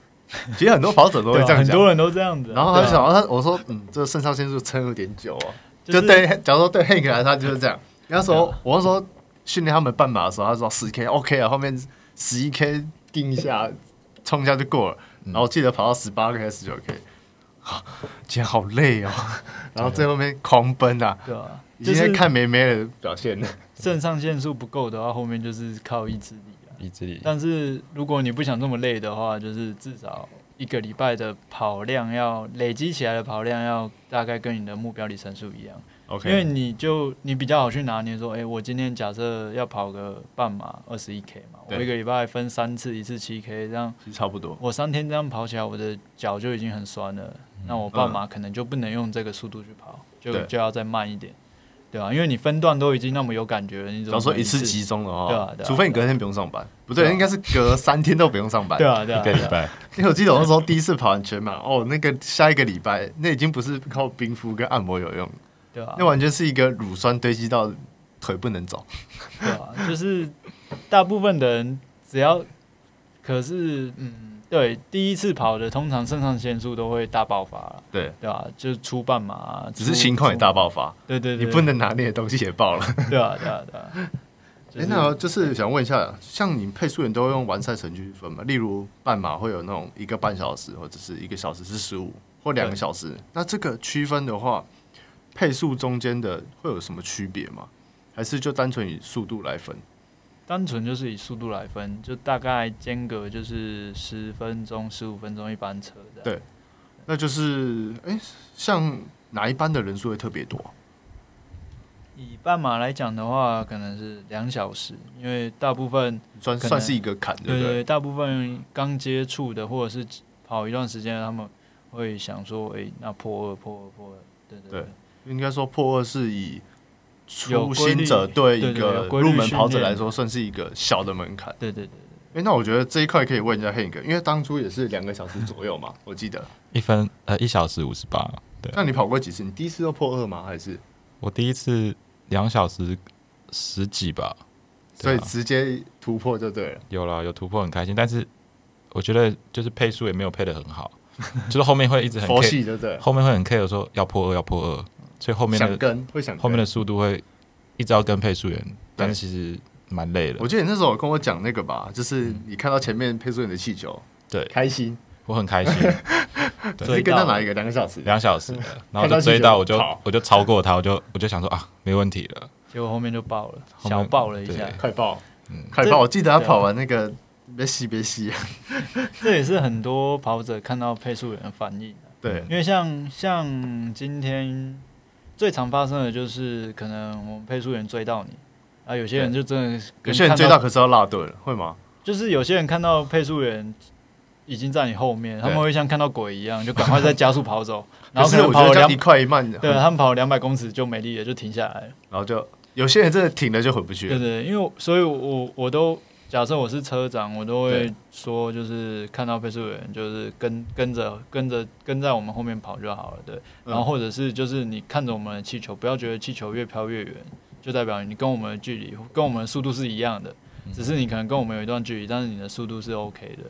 Speaker 1: 其实很多跑者都会
Speaker 2: 对啊
Speaker 1: 这样
Speaker 2: 很
Speaker 1: 讲
Speaker 2: 多。人都这样子啊。
Speaker 1: 然后他就
Speaker 2: 对啊
Speaker 1: 想，他我说，嗯，这肾上腺素撑有点久哦。
Speaker 2: 啊就
Speaker 1: 就是对，假如说对 Hank 来，他就是这样。那时候
Speaker 2: 对啊
Speaker 1: 我那时候训练他们半马的时候，他说十 K OK 啊，后面十一 K 定一下，冲一下就过了。
Speaker 2: 嗯
Speaker 1: 然后我记得跑到十八 K 还是十九 K，今天啊好累 哦。然后最后面狂奔啊，
Speaker 2: 对啊，
Speaker 1: 已
Speaker 2: 就
Speaker 1: 经在
Speaker 2: 是
Speaker 1: 看梅梅的表现了。
Speaker 2: 肾上腺素不够的话，后面就是靠意志力啊。
Speaker 3: 意志力，
Speaker 2: 但是如果你不想这么累的话，就是至少一个礼拜的跑量要累积起来的跑量要大概跟你的目标里程数一样，因为你就你比较好去拿捏说，哎、我今天假设要跑个半马二十一 K 嘛，我
Speaker 1: 对
Speaker 2: 一个礼拜分三次，一次七 K，这样
Speaker 1: 其实差不多。
Speaker 2: 我三天这样跑起来，我的脚就已经很酸了。那我半马可能就不能用这个速度去跑，就
Speaker 1: 嗯对
Speaker 2: 就要再慢一点，对吧、因为你分段都已经那么有感觉了，你
Speaker 1: 假
Speaker 2: 怎
Speaker 1: 如
Speaker 2: 么
Speaker 1: 说
Speaker 2: 可能
Speaker 1: 一次集中的
Speaker 2: 对啊
Speaker 1: 话
Speaker 2: 对，啊
Speaker 1: 除非你隔天不用上班，不
Speaker 2: 对
Speaker 1: 对，
Speaker 2: 啊
Speaker 1: 应该是隔三天都不用上班。
Speaker 2: 对啊对啊
Speaker 3: 一个礼
Speaker 2: 对啊
Speaker 3: 拜
Speaker 1: 因为我记得我那时候第一次跑完全马，哦，那个下一个礼拜，那已经不是靠冰敷跟按摩有用，
Speaker 2: 对啊吧、
Speaker 1: 那完全是一个乳酸堆积到腿不能走。
Speaker 2: 对啊，就是大部分的人只要，可是嗯，对，第一次跑的通常肾上腺素都会大爆发了，
Speaker 1: 对，
Speaker 2: 对吧、就是出半马啊，
Speaker 1: 只是
Speaker 2: 出
Speaker 1: 情况也大，爆发，
Speaker 2: 出对对
Speaker 1: 你
Speaker 2: 对，
Speaker 1: 不能拿捏的东西也爆了。
Speaker 2: 对啊对啊对啊，就
Speaker 1: 哎、
Speaker 2: 是
Speaker 1: 那就是想问一下，像你配速员都会用完赛程去分嘛？例如半马会有那种一个半小时，或者是一个小时是十五或两个小时，那这个区分的话，配速中间的会有什么区别吗？还是就单纯以速度来分？
Speaker 2: 单纯就是以速度来分，就大概间隔就是十分钟、十五分钟一班车这样。
Speaker 1: 对那就是哎、诶像哪一班的人数会特别多啊、
Speaker 2: 以半马来讲的话，可能是两小时，因为大部分
Speaker 1: 算
Speaker 2: 可能
Speaker 1: 算是一个坎，对
Speaker 2: 对
Speaker 1: 不对？
Speaker 2: 大部分刚接触的或者是跑一段时间的，他们会想说，诶，那破二破二破二，对对
Speaker 1: 对应该说破二是以
Speaker 2: 有
Speaker 1: 初
Speaker 2: 规律
Speaker 1: 心者对一
Speaker 2: 对对
Speaker 1: 个
Speaker 2: 有规律
Speaker 1: 入门
Speaker 2: 训
Speaker 1: 跑者
Speaker 2: 练
Speaker 1: 来说，算是一个小的门槛。
Speaker 2: 对对对
Speaker 1: 哎，那我觉得这一块可以问一下 Hank，因为当初也是两个小时左右嘛，我记得。
Speaker 3: 一分呃一小时五十八。对，啊
Speaker 1: 那你跑过几次？你第一次都破二吗？还是
Speaker 3: 我第一次两小时十几吧，
Speaker 1: 所
Speaker 3: 对啊
Speaker 1: 以直接突破就对了？
Speaker 3: 有了有突破很开心，但是我觉得就是配速也没有配的很好， 就是后面会一直很
Speaker 1: 佛
Speaker 3: care，
Speaker 1: 系就对了，
Speaker 3: 后面会很 care 说要破二要破二，所以后面
Speaker 1: 想
Speaker 3: 的
Speaker 1: 跟会想跟
Speaker 3: 后面的。速度会一直要跟配速员，但是其实蛮累
Speaker 1: 我
Speaker 3: 的。
Speaker 1: 记得你那时候有跟我讲那个吧，就是你看到前面配速员的气球，
Speaker 3: 对，
Speaker 1: 开心，
Speaker 3: 我 很开心，对
Speaker 1: 你是跟
Speaker 2: 追到
Speaker 1: 到哪一个？两个小时？
Speaker 3: 两 小时了，然后我
Speaker 1: 看到
Speaker 3: 就
Speaker 1: 气
Speaker 3: 追
Speaker 1: 球
Speaker 3: 到，
Speaker 1: 就
Speaker 3: 我就
Speaker 1: 跑
Speaker 3: 我就超过他，我就我就想说啊，没问题了。
Speaker 2: 结果后面就爆了，
Speaker 3: 后面
Speaker 2: 小爆了一下
Speaker 3: 对，
Speaker 1: 快爆
Speaker 3: 嗯，
Speaker 1: 快
Speaker 2: 这
Speaker 1: 爆！我记得他
Speaker 2: 对啊
Speaker 1: 跑完那个，别吸别吸，
Speaker 2: 这也是很多跑者看到配速员的反应啊、
Speaker 3: 嗯
Speaker 1: 对，
Speaker 2: 因为像像今天最常发生的就是可能我们配速员追到你。啊，有些人就真的
Speaker 1: 有
Speaker 2: 跟
Speaker 1: 些人
Speaker 2: 看
Speaker 1: 追到可是要落队了，会吗？
Speaker 2: 就是有些人看到配速员已经在你后面，他们
Speaker 1: 对
Speaker 2: 会像看到鬼一样，就赶快再加速 跑走，
Speaker 1: 可
Speaker 2: 然后可
Speaker 1: 是
Speaker 2: 能
Speaker 1: 我
Speaker 2: 跑
Speaker 1: 觉
Speaker 2: 了
Speaker 1: 得这样
Speaker 2: 两
Speaker 1: 一快一慢，
Speaker 2: 对啊他们跑两百公尺就没力了，就停下来了。
Speaker 1: 然后就有些人真的挺了就回不去
Speaker 2: 对啊
Speaker 1: 了。
Speaker 2: 对，因为我所以我，我都假设我是车长，我都会
Speaker 1: 对
Speaker 2: 说，就是看到配速员，就是跟跟着跟着跟在我们后面跑就好了。对，然后或者是就是你看着我们的气球，不要觉得气球越飘越远，就代表你跟我们的距离跟我们的速度是一样的，
Speaker 1: 嗯
Speaker 2: 只是你可能跟我们有一段距离，但是你的速度是 OK 的。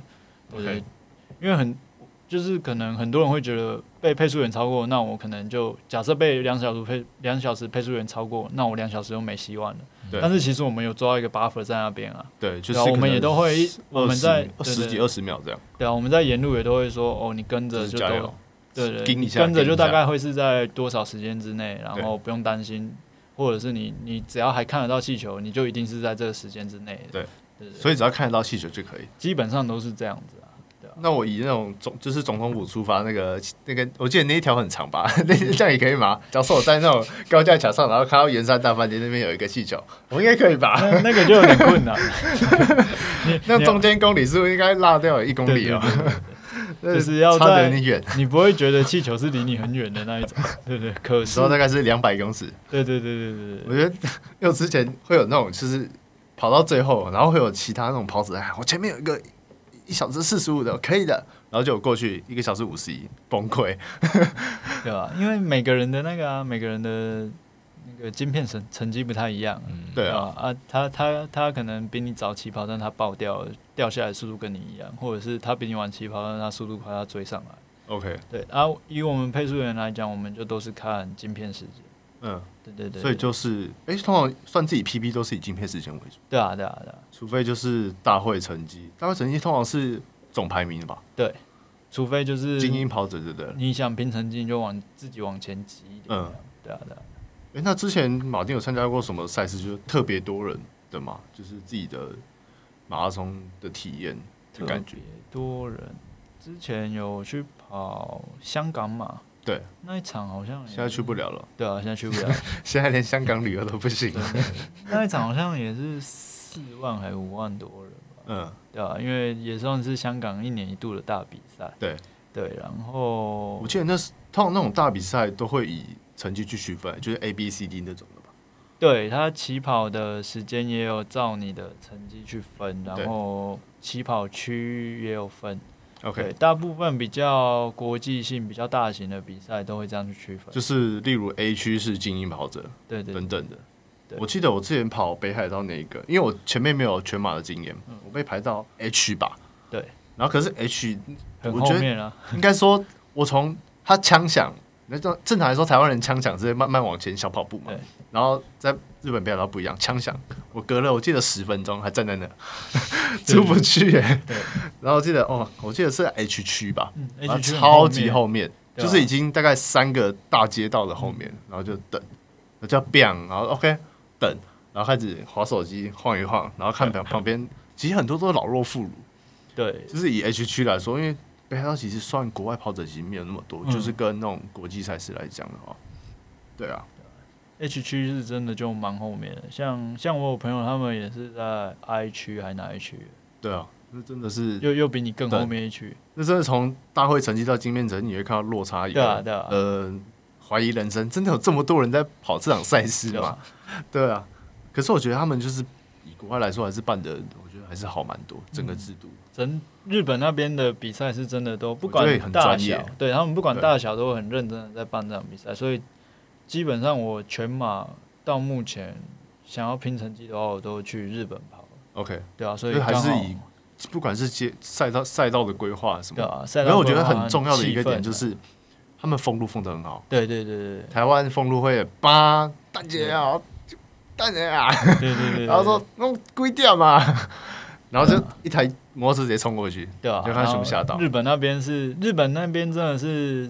Speaker 2: 对对
Speaker 1: OK
Speaker 2: 因为很就是可能很多人会觉得被配速员超过，那我可能就假设被两小时配两小时配速员超过，那我两小时又没希望了。
Speaker 1: 对
Speaker 2: 但是其实我们有抓一个 buffer 在那边啊，
Speaker 1: 对，就
Speaker 2: 对
Speaker 1: 是
Speaker 2: 啊，
Speaker 1: 可
Speaker 2: 我们
Speaker 1: 能
Speaker 2: 也都会我们在
Speaker 1: 20十几
Speaker 2: 对
Speaker 1: 二十秒这样，
Speaker 2: 对啊，我们在沿路也都会说哦，你跟
Speaker 1: 就
Speaker 2: 着
Speaker 1: 是
Speaker 2: 就
Speaker 1: 加
Speaker 2: 都
Speaker 1: 油。
Speaker 2: 对对，
Speaker 1: 盯一
Speaker 2: 你
Speaker 1: 下
Speaker 2: 跟着
Speaker 1: 盯
Speaker 2: 就
Speaker 1: 一下
Speaker 2: 大概会是在多少时间之内，然后不用担心，或者是你你只要还看得到气球，你就一定是在这个时间之内的。
Speaker 1: 对
Speaker 2: 对，对对
Speaker 1: 所以只要看得到气球就可以。
Speaker 2: 基本上都是这样子啊。
Speaker 1: 那我以那种总就是总统府出发那个那个，我记得那一条很长吧， 那这样也可以吗？假如说我在那种高架桥上，然后看到圆山大饭店那边有一个气球，我应该可以 吧？
Speaker 2: 那那个就有点困 难。你
Speaker 1: 那
Speaker 2: 你要
Speaker 1: 中间公里是不是应该落掉了一公里哦？
Speaker 2: 对对对
Speaker 1: 那
Speaker 2: 就是要
Speaker 1: 差得
Speaker 2: 在
Speaker 1: 有点远，
Speaker 2: 你不会觉得气球是离你很远的 那一种，对对。可是
Speaker 1: 说，大概是两百公尺。
Speaker 2: 对对对对对对
Speaker 1: 我觉得因为我之前会有那种就是跑到最后，然后会有其他那种跑者在喊我前面有一个一小时四十五的，可以的，然后就过去一个小时五十一，崩溃。
Speaker 2: 对吧？因为每个人的那个啊，每个人的那个晶片成成绩不太一样，
Speaker 1: 对啊，
Speaker 2: 吧啊，他他他可能比你早起跑，但他爆掉了掉下来速度跟你一样，或者是他比你晚起跑，但他速度快，他追上来。
Speaker 1: OK，
Speaker 2: 对啊，以我们配速员来讲，我们就都是看晶片时间。
Speaker 1: 嗯，
Speaker 2: 对对对，
Speaker 1: 所以
Speaker 2: 对
Speaker 1: 就是，哎、通常算自己 PB 都是以竞配时间为主，
Speaker 2: 对啊对啊对啊，
Speaker 1: 除非就是大会成绩，大会成绩通常是总排名的吧，
Speaker 2: 除非就是
Speaker 1: 精英跑者对不对了？
Speaker 2: 你想拼成绩，你就往自己往前挤一点。
Speaker 1: 嗯，
Speaker 2: 对啊对啊。
Speaker 1: 哎、那之前马丁有参加过什么赛事，就是特别多人的嘛，就是自己的马拉松的体验的
Speaker 2: 特
Speaker 1: 感觉
Speaker 2: 别，多人。之前有去跑香港马，
Speaker 1: 对，
Speaker 2: 那一场好像也
Speaker 1: 现在去不，了了。
Speaker 2: 对啊，现在去不 了。
Speaker 1: 现在连香港旅游都不行。
Speaker 2: 那一场好像也是四万还五万多人吧，
Speaker 1: 嗯，
Speaker 2: 对啊，因为也算是香港一年一度的大比赛，
Speaker 1: 对
Speaker 2: 对，然后
Speaker 1: 我记得那是通常那种大比赛都会以成绩去区分，就是 A、B、C、D 那种的吧。
Speaker 2: 对他起跑的时间也有照你的成绩去分，然后起跑区也有分对，
Speaker 1: OK，
Speaker 2: 大部分比较国际性、比较大型的比赛都会这样去区分，
Speaker 1: 就是例如 A 区是精英跑者
Speaker 2: 对对
Speaker 1: 等等的。
Speaker 2: 对
Speaker 1: 我记得我之前跑北海道那一个，因为我前面没有全马的经验，我被排到 H 吧。
Speaker 2: 对。
Speaker 1: 然后可是 H
Speaker 2: 很
Speaker 1: 我
Speaker 2: 后
Speaker 1: 觉得
Speaker 2: 面啊，
Speaker 1: 应该说，我从他枪响，那种正常来说，台湾人枪响是慢慢往前小跑步嘛
Speaker 2: 对。
Speaker 1: 然后在日本表达不一样，枪响，我隔了我记得十分钟还站 在那，出不去耶、
Speaker 2: 对
Speaker 1: 然后我记得哦，我记得是 H 区吧，
Speaker 2: 嗯
Speaker 1: 然后
Speaker 2: ，H 区很
Speaker 1: 啊超级
Speaker 2: 面
Speaker 1: 后面，
Speaker 2: 对啊
Speaker 1: 就是已经大概三个大街道的后面，然后就等，那叫 bang，然后 OK 等，然后开始划手机晃一晃，然后看旁旁边，其实很多都是老弱妇孺。
Speaker 2: 对
Speaker 1: 就是以 H 区来说，因为北海道其实算国外跑者其实没有那么多，
Speaker 2: 嗯
Speaker 1: 就是跟那种国际赛事来讲的话，对啊，
Speaker 2: H 区是真的就蛮后面的，像像我有朋友他们也是在 I 区还哪一区，
Speaker 1: 对啊，那真的是，
Speaker 2: 又又比你更后面一区，
Speaker 1: 那真的从大会成绩到金面成绩，你会看到落差以
Speaker 2: 对啊
Speaker 1: 外，
Speaker 2: 对啊，
Speaker 1: 呃，怀疑人生，真的有这么多人在跑这场赛事
Speaker 2: 有
Speaker 1: 吗？对啊，可是我觉得他们就是以国外来说，还是办的，我觉得还是好蛮多，整
Speaker 2: 嗯
Speaker 1: 个制度，
Speaker 2: 真日本那边的比赛是真的都不
Speaker 1: 我觉得
Speaker 2: 管
Speaker 1: 很
Speaker 2: 大
Speaker 1: 专
Speaker 2: 小
Speaker 1: 业，
Speaker 2: 对他们不管
Speaker 1: 对
Speaker 2: 大小都很认真的在办这场比赛，所以基本上我全马到目前想要拼成绩的话，我都去日本跑，
Speaker 1: OK，
Speaker 2: 对啊，所以
Speaker 1: 所以还
Speaker 2: 刚
Speaker 1: 是
Speaker 2: 好
Speaker 1: 以不管是街赛道赛道的规划什么
Speaker 2: 对
Speaker 1: 的，
Speaker 2: 啊，赛道
Speaker 1: 嗯然后我觉
Speaker 2: 规
Speaker 1: 得
Speaker 2: 划
Speaker 1: 很重要的一
Speaker 2: 气
Speaker 1: 个点
Speaker 2: 氛
Speaker 1: 就
Speaker 2: 啊，
Speaker 1: 是，他们封路封的很好。
Speaker 2: 对对对对
Speaker 1: 台湾封路会八蛋姐啊，蛋姐啊，
Speaker 2: 对对对对，
Speaker 1: 然后说弄规掉嘛， 然后就一台摩托车直接冲过去，
Speaker 2: 对啊，
Speaker 1: 就看他全部吓到
Speaker 2: 然后日本那边是日本那边真的是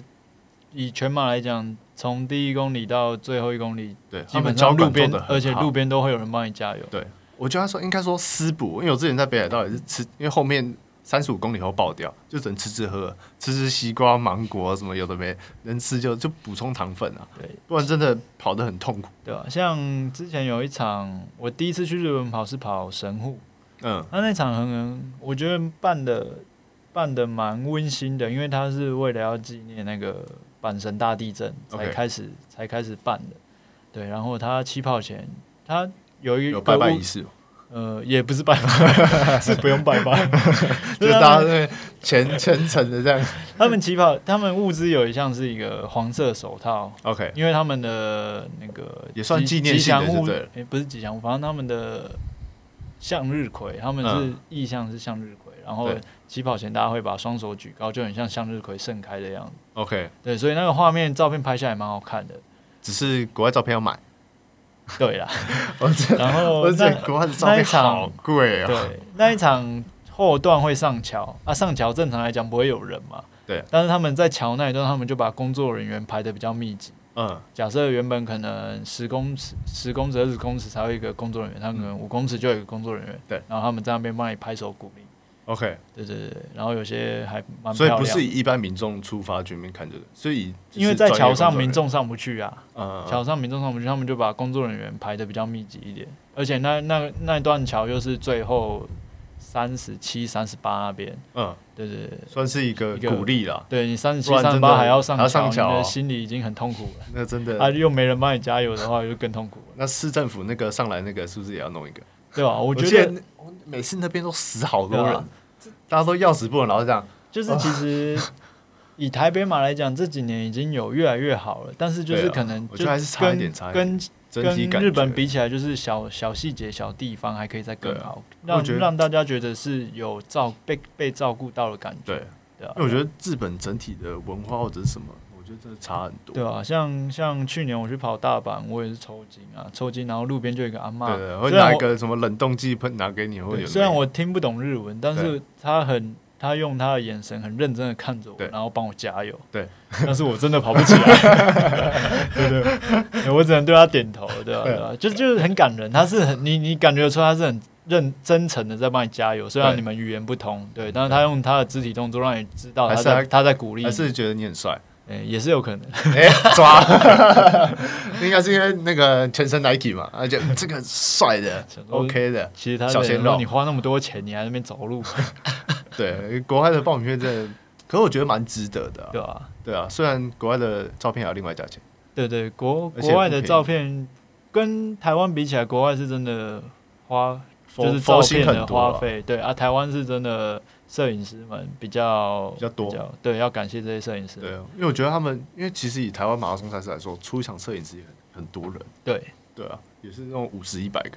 Speaker 2: 以全马来讲，从第一公里到最后一公里，
Speaker 1: 对，
Speaker 2: 基
Speaker 1: 他们
Speaker 2: 本
Speaker 1: 交
Speaker 2: 上路
Speaker 1: 管做
Speaker 2: 边
Speaker 1: 的，
Speaker 2: 而且路边都会有人帮你加油。
Speaker 1: 对，我觉得他说应该说私补，因为我之前在北海道也是吃，因为后面三十五公里后爆掉，就只能吃吃喝喝，吃吃西瓜、芒果啊什么有的没，能吃就就补充糖分啊，
Speaker 2: 对
Speaker 1: 不然真的跑得很痛苦。
Speaker 2: 对啊，像之前有一场，我第一次去日本跑是跑神户，
Speaker 1: 嗯，
Speaker 2: 那那场很，我觉得办的办的蛮温馨的，因为它是为了要纪念那个阪神大地震才
Speaker 1: OK
Speaker 2: 开始才开始办的。对，然后他起跑前，他有一个
Speaker 1: 有拜拜
Speaker 2: 屋
Speaker 1: 仪式，
Speaker 2: 呃，也不是拜 拜，是不用拜拜，啊
Speaker 1: 就是大家在全全程的这样。
Speaker 2: 他们起跑，他们物资有一项是一个黄色手套，
Speaker 1: OK，
Speaker 2: 因为他们的那个
Speaker 1: 也算
Speaker 2: 吉
Speaker 1: 纪念
Speaker 2: 吉
Speaker 1: 性的
Speaker 2: 祥物，
Speaker 1: 就对了
Speaker 2: 诶不是吉祥物，反正他们的向日葵，他们是
Speaker 1: 嗯
Speaker 2: 意向是向日葵，然后
Speaker 1: 对
Speaker 2: 起跑前大家会把双手举高，就很像向日葵盛开的样子。
Speaker 1: OK，
Speaker 2: 对，所以那个画面照片拍下来蛮好看的。
Speaker 1: 只是国外照片要买。
Speaker 2: 对啦，
Speaker 1: 我这
Speaker 2: 然后
Speaker 1: 我这
Speaker 2: 哦那
Speaker 1: 国外的照片好贵啊！
Speaker 2: 对，那一场后段会上桥啊，上桥正常来讲不会有人嘛。
Speaker 1: 对。
Speaker 2: 但是他们在桥那一段，他们就把工作人员排的比较密集，
Speaker 1: 嗯，
Speaker 2: 假设原本可能十公尺、十公尺、二十公尺才会一个工作人员，他可能五公尺就有一个工作人员，
Speaker 1: 嗯对，
Speaker 2: 然后他们在那边帮你拍手鼓励，
Speaker 1: OK，
Speaker 2: 对对对，然后有些还蛮
Speaker 1: 所
Speaker 2: 漂
Speaker 1: 以
Speaker 2: 亮
Speaker 1: 不
Speaker 2: 的，
Speaker 1: 是以一般民众出发全面看这个，所以
Speaker 2: 因为在桥上民众上不去啊，
Speaker 1: 呃
Speaker 2: 桥上民众上不去，他们就把工作人员排的比较密集一点，而且那那那一段桥又是最后三十七、三十八那边，
Speaker 1: 嗯
Speaker 2: 对对对。
Speaker 1: 算是一个
Speaker 2: 一个
Speaker 1: 鼓励啦，
Speaker 2: 对你三十七、
Speaker 1: 不然
Speaker 2: 三十
Speaker 1: 真的
Speaker 2: 八还要上
Speaker 1: 还要上
Speaker 2: 桥，你
Speaker 1: 桥
Speaker 2: 的
Speaker 1: 哦
Speaker 2: 心里已经很痛苦了，
Speaker 1: 那真的
Speaker 2: 啊，又没人帮你加油的话，就更痛苦了，
Speaker 1: 那市政府那个上来那个是不是也要弄一个？
Speaker 2: 对吧？我
Speaker 1: 我
Speaker 2: 觉
Speaker 1: 记
Speaker 2: 得
Speaker 1: 得那每次那边都死好多
Speaker 2: 对
Speaker 1: 人
Speaker 2: 啊，
Speaker 1: 大家都要死不活，然后这样，
Speaker 2: 就是其实以台北马来讲，这几年已经有越来越好了，但是就是
Speaker 1: 对啊
Speaker 2: 可能
Speaker 1: 我觉
Speaker 2: 就
Speaker 1: 得还是差一
Speaker 2: 跟
Speaker 1: 点差一
Speaker 2: 跟
Speaker 1: 整体
Speaker 2: 跟
Speaker 1: 感
Speaker 2: 日本
Speaker 1: 觉
Speaker 2: 比起来，就是小小细节、小地方还可以再更
Speaker 1: 对啊
Speaker 2: 好，
Speaker 1: 我觉得
Speaker 2: 让让大家觉得是有照被被照顾到的感觉。
Speaker 1: 对，
Speaker 2: 对啊
Speaker 1: 因为，我觉得日本整体的文化或者是什么，我觉得真的差很多。
Speaker 2: 对啊，像像去年我去跑大阪，我也是抽筋啊，抽筋，然后路边就有一个阿嬷，
Speaker 1: 对，会
Speaker 2: 虽然
Speaker 1: 拿一
Speaker 2: 我
Speaker 1: 个什么冷冻剂喷拿给你，会
Speaker 2: 对
Speaker 1: 有。
Speaker 2: 虽然我听不懂日文，但是
Speaker 1: 对
Speaker 2: 他很，他用他的眼神很认真的看着我，
Speaker 1: 对
Speaker 2: 然后帮我加油。
Speaker 1: 对，
Speaker 2: 但是我真的跑不起来，对对，我只能对他点头，对吧、
Speaker 1: 对
Speaker 2: 对吧、就就是很感人，他是很你你感觉出他是很认真诚的在帮你加油，虽然
Speaker 1: 对嗯
Speaker 2: 你们语言不通，对，但是他用他的肢体动作让你知道
Speaker 1: 还
Speaker 2: 他
Speaker 1: 是
Speaker 2: 在
Speaker 1: 他
Speaker 2: 他在鼓励你，
Speaker 1: 还是觉得你很帅，
Speaker 2: 哎、也是有可能，
Speaker 1: 哎， 抓， 应该是因为那个全身 Nike 嘛，而且 这个帅的
Speaker 2: 想说
Speaker 1: ，OK 的，
Speaker 2: 其实他
Speaker 1: 小鲜
Speaker 2: 想说
Speaker 1: 肉
Speaker 2: 你花那么多钱，你还在那边 走路，
Speaker 1: 对，国外的爆米片真的，可是我觉得蛮值得的啊、
Speaker 2: 对哦吧、
Speaker 1: 对啊，虽然国外的照片还要另外加钱，
Speaker 2: 对对，国
Speaker 1: 而且
Speaker 2: 国外
Speaker 1: 不
Speaker 2: 的
Speaker 1: 便宜
Speaker 2: 照片跟台湾比起来，国外是真的花就是照
Speaker 1: 佛
Speaker 2: 片
Speaker 1: 心
Speaker 2: 的
Speaker 1: 很多啊
Speaker 2: 花费，对啊，台湾是真的摄影师们比较
Speaker 1: 比较多
Speaker 2: 对，要感谢这些摄影师，
Speaker 1: 对，因为我觉得他们，因为其实以台湾马拉松赛事来说，出一场摄影师也很很多人，
Speaker 2: 对
Speaker 1: 对啊，也是那种五十一 百个，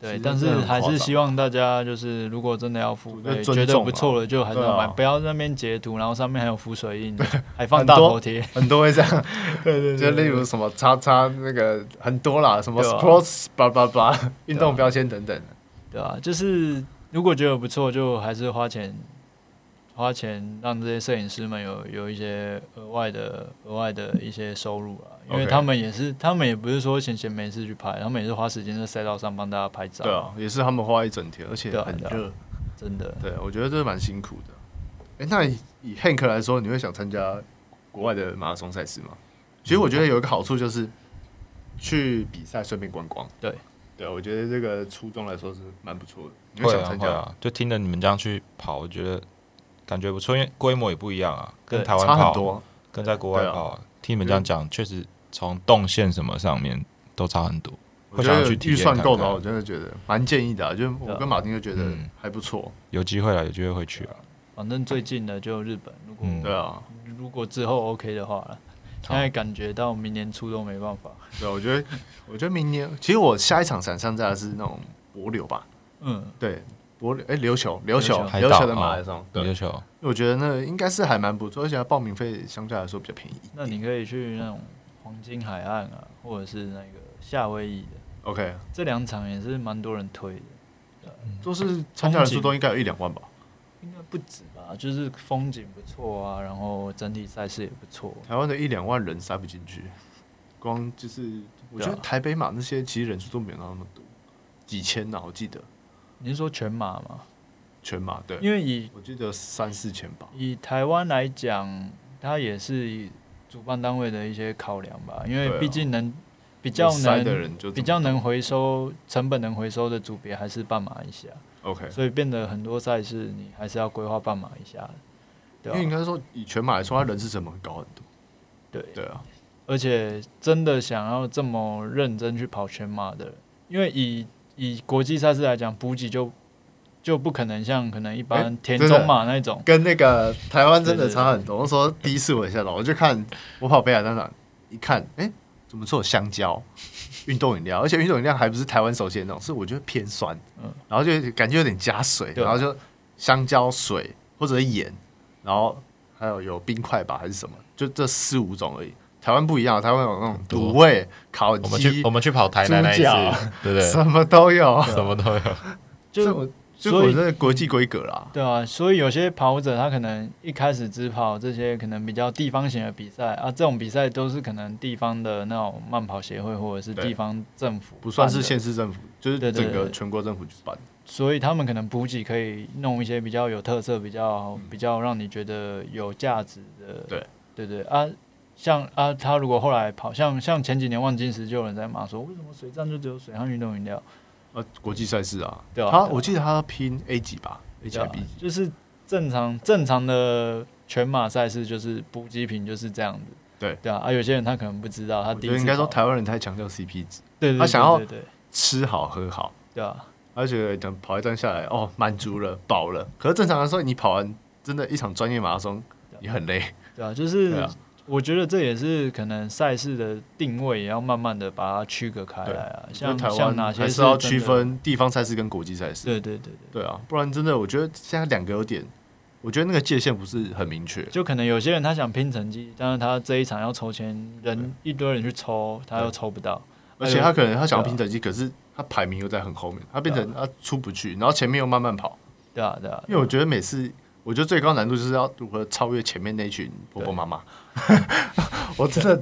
Speaker 2: 对
Speaker 1: 其实
Speaker 2: 但是
Speaker 1: 真的很
Speaker 2: 还
Speaker 1: 夸
Speaker 2: 是
Speaker 1: 张
Speaker 2: 希望大家就是如果真的要付
Speaker 1: 就
Speaker 2: 费，
Speaker 1: 尊
Speaker 2: 觉得
Speaker 1: 重
Speaker 2: 不
Speaker 1: 嘛
Speaker 2: 错了就还是要
Speaker 1: 对
Speaker 2: 买，
Speaker 1: 啊
Speaker 2: 不要在那边截图，然后上面还有浮水印，还放
Speaker 1: 很
Speaker 2: 大
Speaker 1: 多
Speaker 2: 头贴，
Speaker 1: 很多会这样，
Speaker 2: 对对
Speaker 1: 就例如什么叉叉那个很多啦，什么
Speaker 2: 对啊啊
Speaker 1: sports 叭叭叭运动标签等等的，
Speaker 2: 对啊，就是如果觉得不错，就还是花钱花钱让这些摄影师们有有一些额外的额外的一些收入啊，因为
Speaker 1: OK
Speaker 2: 他们也是他们也不是说闲闲没事去拍，他们也是花时间在赛道上帮大家拍照，
Speaker 1: 对啊，也是他们花一整天，而且
Speaker 2: 对啊
Speaker 1: 很
Speaker 2: 对啊
Speaker 1: 热，
Speaker 2: 真的。
Speaker 1: 对，我觉得这蛮辛苦的。哎、那以以 Hank 来说，你会想参加国外的马拉松赛事吗？其实我觉得有一个好处就是去比赛顺便观光。
Speaker 2: 对，
Speaker 1: 对，我觉得这个初衷来说是蛮不错的。你会
Speaker 3: 会
Speaker 1: 想
Speaker 3: 啊
Speaker 1: 参
Speaker 3: 会
Speaker 1: 加？
Speaker 3: 啊，就听着你们这样去跑，我觉得感觉不错，因为规模也不一样啊，跟
Speaker 2: 对
Speaker 3: 台湾
Speaker 1: 差
Speaker 3: 跑
Speaker 1: 很多，
Speaker 3: 跟在国外
Speaker 1: 对啊
Speaker 3: 跑、听你们这样讲，确实从动线什么上面都差很多。
Speaker 1: 我
Speaker 3: 会
Speaker 1: 觉
Speaker 3: 想要
Speaker 1: 得
Speaker 3: 去体
Speaker 1: 预
Speaker 3: 验
Speaker 1: 算
Speaker 3: 看
Speaker 1: 够的话，
Speaker 3: 看
Speaker 1: 我真的觉得蛮建议的、啊。就是
Speaker 2: 对
Speaker 1: 我
Speaker 2: 啊
Speaker 1: 跟马丁就觉得
Speaker 3: 嗯
Speaker 1: 还不错。
Speaker 3: 有机会了，有机会会去啊。
Speaker 2: 反正最近的就日本，如果、
Speaker 3: 嗯
Speaker 1: 对啊，
Speaker 2: 如果之后 OK 的话啦现在感觉到明年初都没办法。
Speaker 1: 对啊，我觉得，我觉得明年，其实我下一场想参加的是那种柏柳吧，
Speaker 2: 嗯，
Speaker 1: 对，柏柳，哎、琉球，琉球，
Speaker 3: 海
Speaker 1: 琉
Speaker 3: 岛
Speaker 1: 球的马拉松，对
Speaker 3: 你，就球
Speaker 1: 我觉得那应该是还蛮不错，而且它报名费相对来说比较便宜一点。
Speaker 2: 那你可以去那种黄金海岸啊，或者是那个夏威夷的，
Speaker 1: OK，
Speaker 2: 这两场也是蛮多人推的。
Speaker 1: 都是参加人数都应该有一两万吧？
Speaker 2: 应该不止吧，就是风景不错啊，然后整体赛事也不错。
Speaker 1: 台湾的一两万人塞不进去，光就是我觉得
Speaker 2: 对啊
Speaker 1: 台北马那些其实人数都没有那么多，几千呐、我记得
Speaker 2: 你是说全马吗？
Speaker 1: 全马对，
Speaker 2: 因为以
Speaker 1: 我记得三四千吧。
Speaker 2: 以台湾来讲，它也是以主办单位的一些考量吧，因为
Speaker 1: 对啊
Speaker 2: 毕竟能、比较
Speaker 1: 塞的
Speaker 2: 能
Speaker 1: 人就
Speaker 2: 比较能回收成本能回收的组别还是半马一下，
Speaker 1: OK，
Speaker 2: 所以变得很多赛事你还是要规划半马一下的，
Speaker 1: 因
Speaker 2: 对啊
Speaker 1: 为应
Speaker 2: 吧、
Speaker 1: 该说以全马来说，它人是成本会高很多。
Speaker 2: 对。
Speaker 1: 对啊，
Speaker 2: 而且真的想要这么认真去跑全马的人，因为以以国际赛事来讲，补给就就不可能像可能一般
Speaker 1: 哎
Speaker 2: 田
Speaker 1: 真的
Speaker 2: 中马那一种，
Speaker 1: 跟那个台湾真的差很多。我说第一次我也吓到，我就看我跑北海单场，一看，哎、怎么做有香蕉运动饮料？而且运动饮料还不是台湾首先那种，是我觉得偏酸，
Speaker 2: 嗯
Speaker 1: 然后就感觉有点加水，
Speaker 2: 对
Speaker 1: 然
Speaker 2: 啊
Speaker 1: 后就香蕉水或者是盐，然后还有有冰块吧还是什么，就这四五种而已。台湾不一样，台湾有那种
Speaker 3: 多
Speaker 1: 卤味、
Speaker 2: 嗯
Speaker 1: 烤
Speaker 3: 我们去
Speaker 1: 鸡
Speaker 3: 我，们去跑台南那一
Speaker 1: 猪脚
Speaker 3: 次，对不对？
Speaker 1: 什么都有。
Speaker 3: 什么都有。
Speaker 2: 就是
Speaker 1: 我就
Speaker 2: 所
Speaker 1: 我
Speaker 2: 以
Speaker 1: 在国际规格啦，
Speaker 2: 对啊，所以有些跑者他可能一开始只跑这些可能比较地方型的比赛啊，这种比赛都是可能地方的那种慢跑协会或者是
Speaker 1: 对
Speaker 2: 地方政府
Speaker 1: 不算
Speaker 2: 办
Speaker 1: 是
Speaker 2: 的
Speaker 1: 县市政府，就是
Speaker 2: 对对
Speaker 1: 整
Speaker 2: 对
Speaker 1: 个
Speaker 2: 对
Speaker 1: 全国政府去办。
Speaker 2: 所以他们可能补给可以弄一些比较有特色、比较比较让你觉得有价值的。
Speaker 1: 嗯对
Speaker 2: 对对啊，像啊，他如果后来跑，像像前几年万金石就有人在骂说，为什么水站就只有水和运动饮料？
Speaker 1: 呃，国际赛事啊，
Speaker 2: 对啊
Speaker 1: 他
Speaker 2: 对啊
Speaker 1: 我记得他拼 A 级吧，A 级
Speaker 2: 对
Speaker 1: 还
Speaker 2: 啊
Speaker 1: 是 B 级，
Speaker 2: 就是正常正常的全马赛事，就是补给品就是这样子。
Speaker 1: 对
Speaker 2: 对啊，啊，有些人他可能不知道，他
Speaker 1: 我
Speaker 2: 第
Speaker 1: 觉
Speaker 2: 一次
Speaker 1: 得应该说
Speaker 2: 跑
Speaker 1: 台湾人太强调 CP 值，
Speaker 2: 对对
Speaker 1: 他
Speaker 2: 对
Speaker 1: 想要
Speaker 2: 对对
Speaker 1: 吃好喝好，
Speaker 2: 对啊，
Speaker 1: 而且等跑一站下来，哦，满足了，饱了。可是正常来说，你跑完真的一场专业马拉松也很累，
Speaker 2: 对啊，就是。
Speaker 1: 对啊
Speaker 2: 我觉得这也是可能赛事的定位，也要慢慢的把它区隔开来啊。像
Speaker 1: 就台
Speaker 2: 像
Speaker 1: 湾
Speaker 2: 哪些
Speaker 1: 还是
Speaker 2: 真
Speaker 1: 要
Speaker 2: 的
Speaker 1: 区？分地方赛事跟国际赛事。
Speaker 2: 对对对对，
Speaker 1: 对啊，不然真的我觉得现在两个有点，我觉得那个界限不是很明确。
Speaker 2: 就可能有些人他想拼成绩，但是他这一场要抽签，人一堆人去抽，他又抽不到。
Speaker 1: 而且他可能他想要
Speaker 2: 啊
Speaker 1: 拼成绩，可是他排名又在很后面，他变成他出不去，然后前面又慢慢跑。
Speaker 2: 对啊对啊，
Speaker 1: 因为我觉得每次，我觉得最高难度就是要如何超越前面那群婆婆妈妈。 我真的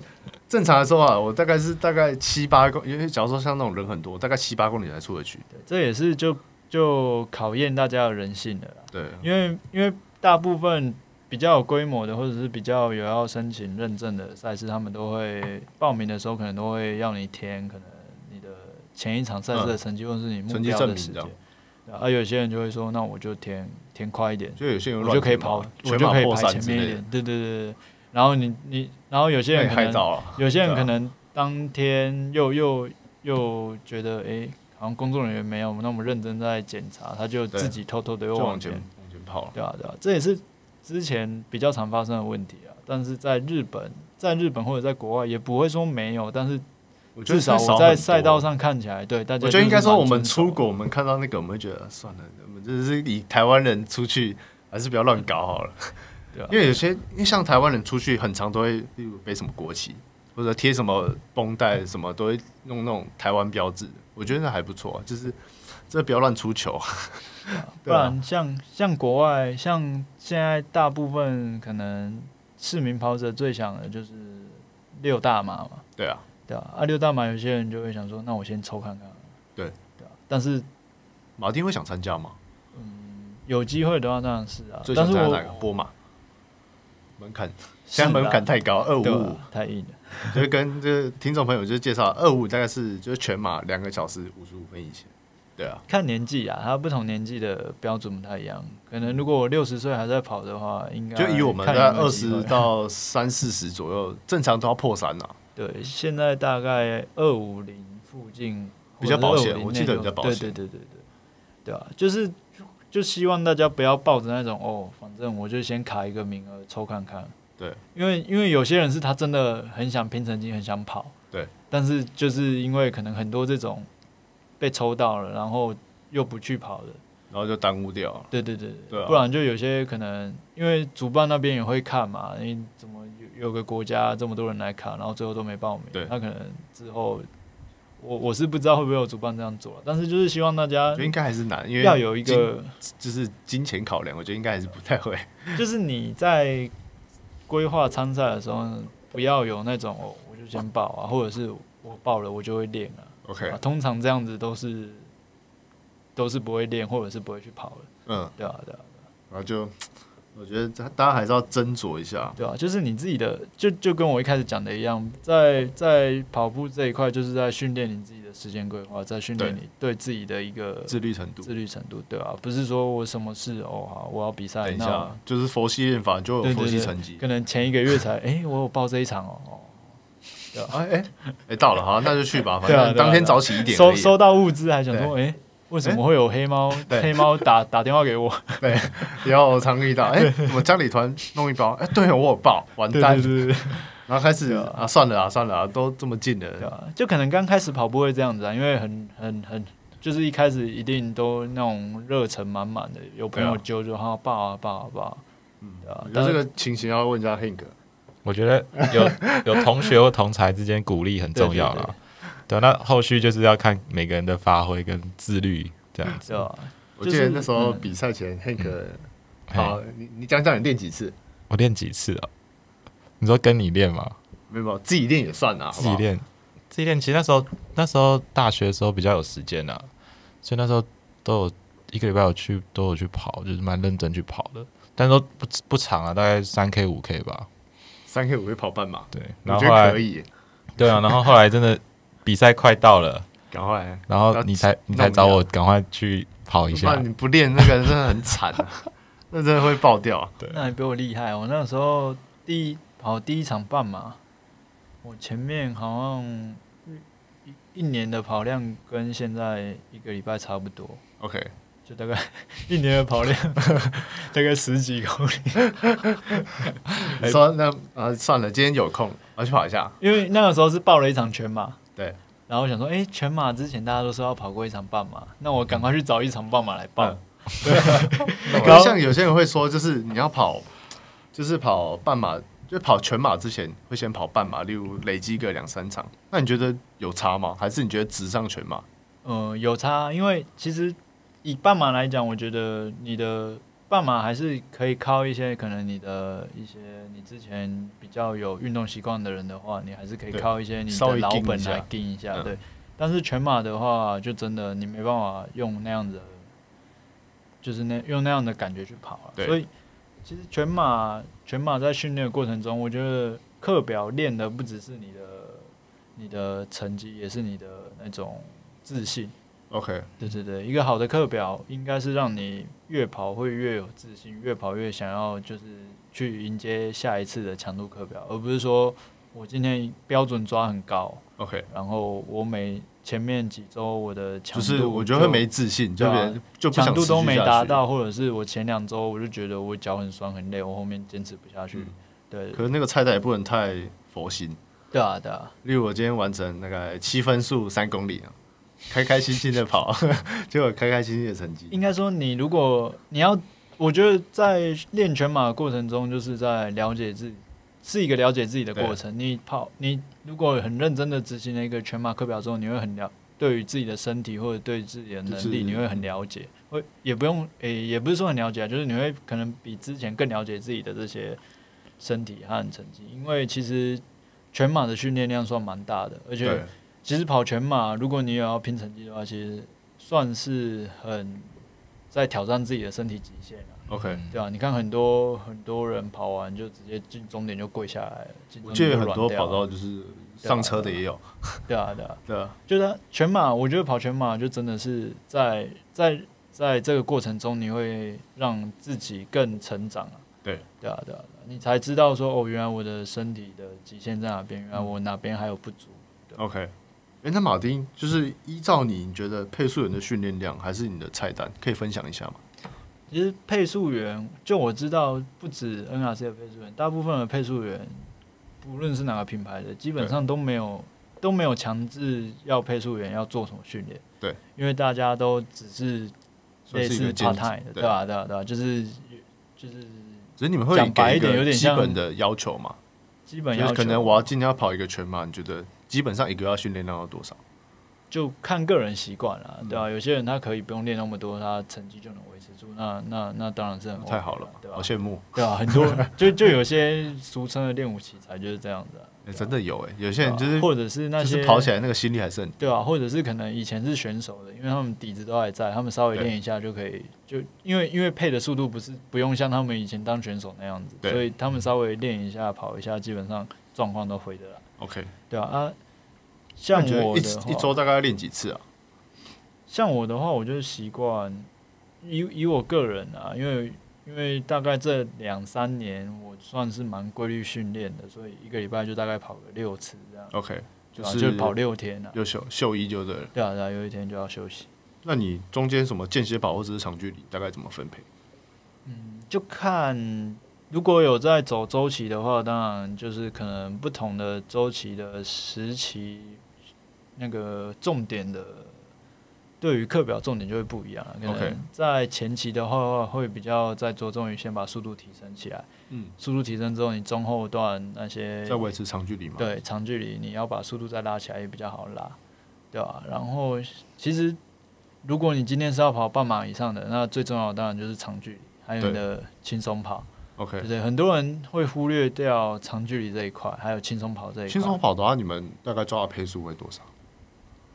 Speaker 1: 正常来说啊，我大概是大概七八公，因为假如说像那种人很多，大概七八公里才出得去。
Speaker 2: 对啊这也是就就考验大家的人性的啦。
Speaker 1: 对，
Speaker 2: 因为因为大部分比较有规模的，或者是比较有要申请认证的赛事，他们都会报名的时候可能都会要你填可能你的前一场赛事的成绩，或者是你目
Speaker 1: 嗯成绩
Speaker 2: 标
Speaker 1: 证
Speaker 2: 的
Speaker 1: 明
Speaker 2: 时
Speaker 1: 这
Speaker 2: 间
Speaker 1: 样。
Speaker 2: 对啊，而有些人就会说，那我就填填快一点，
Speaker 1: 就有些人
Speaker 2: 我就可以跑，我
Speaker 1: 全
Speaker 2: 就
Speaker 1: 马
Speaker 2: 可以
Speaker 1: 破
Speaker 2: 排
Speaker 1: 三
Speaker 2: 前
Speaker 1: 之
Speaker 2: 面一
Speaker 1: 类的
Speaker 2: 点。，对对对对。然后你你，然后有些
Speaker 1: 那
Speaker 2: 人
Speaker 1: 也
Speaker 2: 可
Speaker 1: 害
Speaker 2: 能
Speaker 1: 到了。
Speaker 2: 有些人
Speaker 1: 对啊
Speaker 2: 可能当天又又又觉得，哎、好像工作人员没有那么认真在检查，他就
Speaker 1: 对
Speaker 2: 自己偷偷的又
Speaker 1: 就
Speaker 2: 往
Speaker 1: 往前
Speaker 2: 前。
Speaker 1: 往前跑了。
Speaker 2: 对啊，对啊，这也是之前比较常发生的问题啊。但是在日本，在日本或者在国外也不会说没有，但是
Speaker 1: 我觉得
Speaker 2: 至少
Speaker 1: 会少
Speaker 2: 我
Speaker 1: 很
Speaker 2: 在
Speaker 1: 多啊
Speaker 2: 赛道，上看起来，对大家
Speaker 1: 我觉得应该说我们
Speaker 2: 就是蛮
Speaker 1: 出国，我们看到那个，我们会觉得算了，我们就是以台湾人出去，还是不要乱搞好 了。
Speaker 2: 对啊
Speaker 1: 因为有些，因为像台湾人出去，很常都会，例如背什么国旗，或者贴什么绷带，什么都会弄那种台湾标志。我觉得那还不错、啊，就是真的不要乱出球。
Speaker 2: 不
Speaker 1: 对啊
Speaker 2: 然像像国外，像现在大部分可能市民跑者最想的就是六大马嘛，
Speaker 1: 对啊，
Speaker 2: 对啊，啊六大马有些人就会想说，那我先抽看看，
Speaker 1: 对
Speaker 2: 对啊，但是
Speaker 1: 马丁会想参加吗？
Speaker 2: 有机会的话当然是啊，
Speaker 1: 最
Speaker 2: 但
Speaker 1: 想
Speaker 2: 是
Speaker 1: 参加
Speaker 2: 我
Speaker 1: 哪个？波马门槛，现在门槛
Speaker 2: 太
Speaker 1: 太高，二五
Speaker 2: 对
Speaker 1: 五
Speaker 2: 啊，太硬了，
Speaker 1: 就是跟就是听众朋友就是介绍，二五大概是就是全马两个小时五十五分以前。对啊，
Speaker 2: 看年纪啊，他不同年纪的标准不太一样，可能如果我六十岁还在跑的话，应该
Speaker 1: 就以我们大
Speaker 2: 看
Speaker 1: 概
Speaker 2: 有没有
Speaker 1: 二
Speaker 2: 机会
Speaker 1: 十到三四十左右，正常都要破三了。
Speaker 2: 对，现在大概二五零附近
Speaker 1: 比较保险
Speaker 2: 或者250
Speaker 1: 我记得
Speaker 2: 内
Speaker 1: 比较
Speaker 2: 就
Speaker 1: 保险
Speaker 2: 对对对对对，对啊，就是就希望大家不要抱着那种哦，反正我就先卡一个名额抽看看。
Speaker 1: 对，
Speaker 2: 因为因为有些人是他真的很想拼成绩，很想跑。
Speaker 1: 对，
Speaker 2: 但是就是因为可能很多这种被抽到了，然后又不去跑的，
Speaker 1: 然后就耽误掉了。
Speaker 2: 对对对，
Speaker 1: 对啊
Speaker 2: 不然就有些可能因为主办那边也会看嘛，你怎么有有个国家这么多人来看，然后最后都没报名，
Speaker 1: 对
Speaker 2: 那可能之后我我是不知道会不会有主办这样做啊了，但是就是希望大家
Speaker 1: 我觉得应该还是难，因为
Speaker 2: 要有一个，
Speaker 1: 金就是金钱考量，我觉得应该还是不太会。
Speaker 2: 就是你在规划参赛的时候，不要有那种哦，我就先报啊，或者是我报了我就会练啊，
Speaker 1: OK，
Speaker 2: 啊通常这样子都是都是不会练或者是不会去跑的，
Speaker 1: 嗯，
Speaker 2: 对啊对啊。
Speaker 1: 然后就我觉得大家还是要斟酌一下。
Speaker 2: 对啊，就是你自己的，就就跟我一开始讲的一样，在在跑步这一块，就是在训练你自己的时间规划，在训练
Speaker 1: 对
Speaker 2: 你对自己的一个
Speaker 1: 自律程度。
Speaker 2: 自律程度，对啊，不是说我什么事哦，好，我要比赛，
Speaker 1: 等一
Speaker 2: 那
Speaker 1: 下，就是佛系练法就
Speaker 2: 哦对
Speaker 1: 有
Speaker 2: 对
Speaker 1: 佛系
Speaker 2: 对，
Speaker 1: 成绩
Speaker 2: 可。能前一个月才，哎，我有报这一场哦，哦
Speaker 1: 哎哎哎，到了，好，那就去吧，反
Speaker 2: 对啊对啊
Speaker 1: 正当天早起一点而
Speaker 2: 哦收
Speaker 1: 已。啊
Speaker 2: 收到物资还想说，哎，为什么会有黑猫？
Speaker 1: 对
Speaker 2: 黑猫打打电话给我，
Speaker 1: 对，然后我常遇到，哎，我家里突然弄一包，哎，对我有爆，完
Speaker 2: 对
Speaker 1: 蛋
Speaker 2: 对。对对，
Speaker 1: 然后开始
Speaker 2: 对啊
Speaker 1: 啊，算了啊，算了啊，都这么近
Speaker 2: 对
Speaker 1: 了，
Speaker 2: 啊，就可能刚开始跑步会这样子啊，因为很很很，就是一开始一定都那种热忱满满的，有朋友
Speaker 1: 对啊
Speaker 2: 揪就哈抱啊抱啊抱啊，对啊
Speaker 1: 我，觉得
Speaker 2: 但是
Speaker 1: 嗯这个情形要问一下 Hank。
Speaker 3: 我觉得 有有同学或同才之间鼓励很重要啦。对啊，那后续就是要看每个人的发挥跟自律这样子。嗯
Speaker 2: 对啊，
Speaker 1: 我
Speaker 2: 就
Speaker 1: 记得
Speaker 2: 是
Speaker 1: 那时候
Speaker 2: 嗯
Speaker 1: 比赛前，Hank，
Speaker 3: 嘿
Speaker 1: 好，你你讲讲你练几次？
Speaker 3: 我练几次啊？你说跟你练吗？
Speaker 1: 没有没有，自己练也算啊，好
Speaker 3: 自
Speaker 1: 不好
Speaker 3: 己。练，自己练。其实那时候那时候大学的时候比较有时间啊，所以那时候都有一个礼拜有去都有去跑，就是蛮认真去跑的，但都不不长啊，大概三 K 五 K 吧。
Speaker 1: 三 K 我会跑半马，
Speaker 3: 对，
Speaker 1: 我
Speaker 3: 然后
Speaker 1: 觉
Speaker 3: 后
Speaker 1: 得可
Speaker 3: 来
Speaker 1: 以，
Speaker 3: 对啊，然后后来真的比赛快到了，
Speaker 1: 赶快。
Speaker 3: 然后你才你才找我赶快去跑一
Speaker 1: 不
Speaker 3: 下
Speaker 1: 然，你不练那个真的很惨啊， 那真的会爆掉啊。
Speaker 3: 对
Speaker 2: 那还比我厉害。我那时候第一跑第一场半马，我前面好像一一年的跑量跟现在一个礼拜差不多，
Speaker 1: OK，
Speaker 2: 就大概 一年的跑量大概十几公里。
Speaker 3: 哎
Speaker 1: 你说那啊算了，今天有空我去跑一下。
Speaker 2: 因为那个时候是报了一场全马，
Speaker 1: 对，
Speaker 2: 然后我想说，哎、全马之前大家都说要跑过一场半马，那我赶快去找一场半马来报。
Speaker 1: 嗯可是像有些人会说，就是你要跑，就是跑半马，就跑全马之前会先跑半马，例如累积个两三场。那你觉得有差吗？还是你觉得直上全马？
Speaker 2: 嗯、有差，因为其实以半马来讲，我觉得你的半马还是可以靠一些可能你的一些你之前比较有运动习惯的人的话，你还是可以
Speaker 1: 对
Speaker 2: 靠一些你
Speaker 1: 稍
Speaker 2: 的
Speaker 1: 微
Speaker 2: 老
Speaker 1: 盯一
Speaker 2: 本
Speaker 1: 下
Speaker 2: 来跟一下，
Speaker 1: 嗯
Speaker 2: 对。但是全马的话，就真的你没办法用那样子的，就是那用那样的感觉去跑了、
Speaker 1: 对
Speaker 2: 所以其实全马全马在训练的过程中，我觉得课表练的不只是你的你的成绩，也是你的那种自信。
Speaker 1: OK，
Speaker 2: 对对对，一个好的课表应该是让你越跑会越有自信，越跑越想要就是去迎接下一次的强度课表，而不是说我今天标准抓很高，
Speaker 1: OK，
Speaker 2: 然后我每前面几周我的强
Speaker 1: 就
Speaker 2: 度
Speaker 1: 是我觉得会没自信，就
Speaker 2: 对啊
Speaker 1: 别就不想
Speaker 2: 强度都
Speaker 1: 持续
Speaker 2: 没
Speaker 1: 下
Speaker 2: 达
Speaker 1: 去。
Speaker 2: 到，或者是我前两周我就觉得我脚很酸很累，我后面坚持不下去。
Speaker 1: 嗯
Speaker 2: 对
Speaker 1: 可是那个菜单也不能太佛心。
Speaker 2: 对啊对啊，
Speaker 1: 例如我今天完成大概七分速三公里啊，开开心心的跑， 结果开开心心的成绩。
Speaker 2: 应该说你如果你要，我觉得在练全马的过程中，就是在了解自己。是一个了解自己的过程。你跑，你如果很认真的执行了一个全马课表之后，你会很了对于自己的身体或者对自己的能力，
Speaker 1: 就是
Speaker 2: 你会很了解。会也不用，诶、也不是说很了解啊，就是你会可能比之前更了解自己的这些身体和成绩，因为其实全马的训练量算蛮大的，而且
Speaker 1: 对，
Speaker 2: 其实跑全马，如果你有要拼成绩的话，其实算是很在挑战自己的身体极限了、
Speaker 1: OK，
Speaker 2: 对啊，你看很多很多人跑完就直接进终点就跪下来了，进
Speaker 1: 我
Speaker 2: 终
Speaker 1: 记
Speaker 2: 点
Speaker 1: 得
Speaker 2: 嗯就
Speaker 1: 很
Speaker 2: 软
Speaker 1: 多
Speaker 2: 掉啊
Speaker 1: 跑
Speaker 2: 了
Speaker 1: 到就是上车的也有，
Speaker 2: 对啊对啊，
Speaker 1: 对啊，
Speaker 2: 就是全马，我觉得跑全马就真的是在在在这个过程中，你会让自己更成长啊。
Speaker 1: 对
Speaker 2: 对啊对啊，对啊你才知道说哦，原来我的身体的极限在哪
Speaker 1: 嗯
Speaker 2: 边，原来我哪边还有不足。
Speaker 1: OK，哎、那马丁就是依照你你觉得配速员的训练量，还是你的菜单，可以分享一下吗？
Speaker 2: 其实配速员，就我知道，不止 NRC 的配速员，大部分的配速员，不论是哪个品牌的，基本上都没有都没有强制要配速员要做什么训练。
Speaker 1: 对，
Speaker 2: 因为大家都只是
Speaker 1: 算
Speaker 2: 类
Speaker 1: 是一
Speaker 2: 似
Speaker 1: 个兼
Speaker 2: part
Speaker 1: 职
Speaker 2: time 的，
Speaker 1: 对
Speaker 2: 对吧、对吧、对吧、就是就是
Speaker 1: 只是你们会
Speaker 2: 讲白
Speaker 1: 给
Speaker 2: 一点有
Speaker 1: 个
Speaker 2: 点
Speaker 1: 基
Speaker 2: 像
Speaker 1: 本的要求嘛？
Speaker 2: 基本
Speaker 1: 就
Speaker 2: 要
Speaker 1: 是
Speaker 2: 求，
Speaker 1: 可能我要今天要跑一个全马，你觉得基本上一个要训练量要多少？
Speaker 2: 就看个人习惯
Speaker 1: 嗯
Speaker 2: 了，对吧、啊有些人他可以不用练那么多，他成绩就能维持住，那那那当然是很 OK
Speaker 1: 太好了
Speaker 2: 啦，哦对吧、
Speaker 1: 好羡慕！
Speaker 2: 对啊，很多就就有些俗称的练武奇才就是这样子、啊。
Speaker 1: 哎、真的有哎、有些
Speaker 2: 对
Speaker 1: 人
Speaker 2: 啊
Speaker 1: 就是、
Speaker 2: 或者是那
Speaker 1: 就
Speaker 2: 些
Speaker 1: 是跑起来那个心力还是很
Speaker 2: 对啊，或者是可能以前是选手的，因为他们底子都还在，他们稍微
Speaker 1: 对
Speaker 2: 练一下就可以，就因为因为配的速度不是不用像他们以前当选手那样子，
Speaker 1: 对
Speaker 2: 所以他们稍微练一下跑一下，基本上状况都回得来，
Speaker 1: OK。
Speaker 2: 对啊啊，像
Speaker 1: 那你觉得
Speaker 2: 我
Speaker 1: 一
Speaker 2: 的话
Speaker 1: 一周大概要练几次啊？
Speaker 2: 像我的话，我就是习惯以以我个人啊，因为因为大概这两三年我算是蛮规律训练的，所以一个礼拜就大概跑个六次这样，
Speaker 1: OK，
Speaker 2: 对
Speaker 1: 就
Speaker 2: 啊
Speaker 1: 是
Speaker 2: 就跑六天啊，
Speaker 1: 就秀秀一就对了。
Speaker 2: 对啊对啊，有一天就要休息。
Speaker 1: 那你中间什么间歇跑或者是长距离，大概怎么分配？
Speaker 2: 就看如果有在走周期的话，当然就是可能不同的周期的时期，那个重点的对于课表重点就会不一样了。可
Speaker 1: OK
Speaker 2: 能在前期的话，会比较在着重于先把速度提升起来，
Speaker 1: 嗯，
Speaker 2: 速度提升之后，你中后段那些
Speaker 1: 在维持长距离吗？，
Speaker 2: 对，长距离你要把速度再拉起来也比较好拉，对吧、然后其实如果你今天是要跑半马以上的，那最重要的当然就是长距离，还有
Speaker 1: 对
Speaker 2: 你的轻松跑。
Speaker 1: OK，
Speaker 2: 对不对，很多人会忽略掉长距离这一块，还有轻松跑这一块。
Speaker 1: 轻松，跑的话，你们大概抓的配速会多少？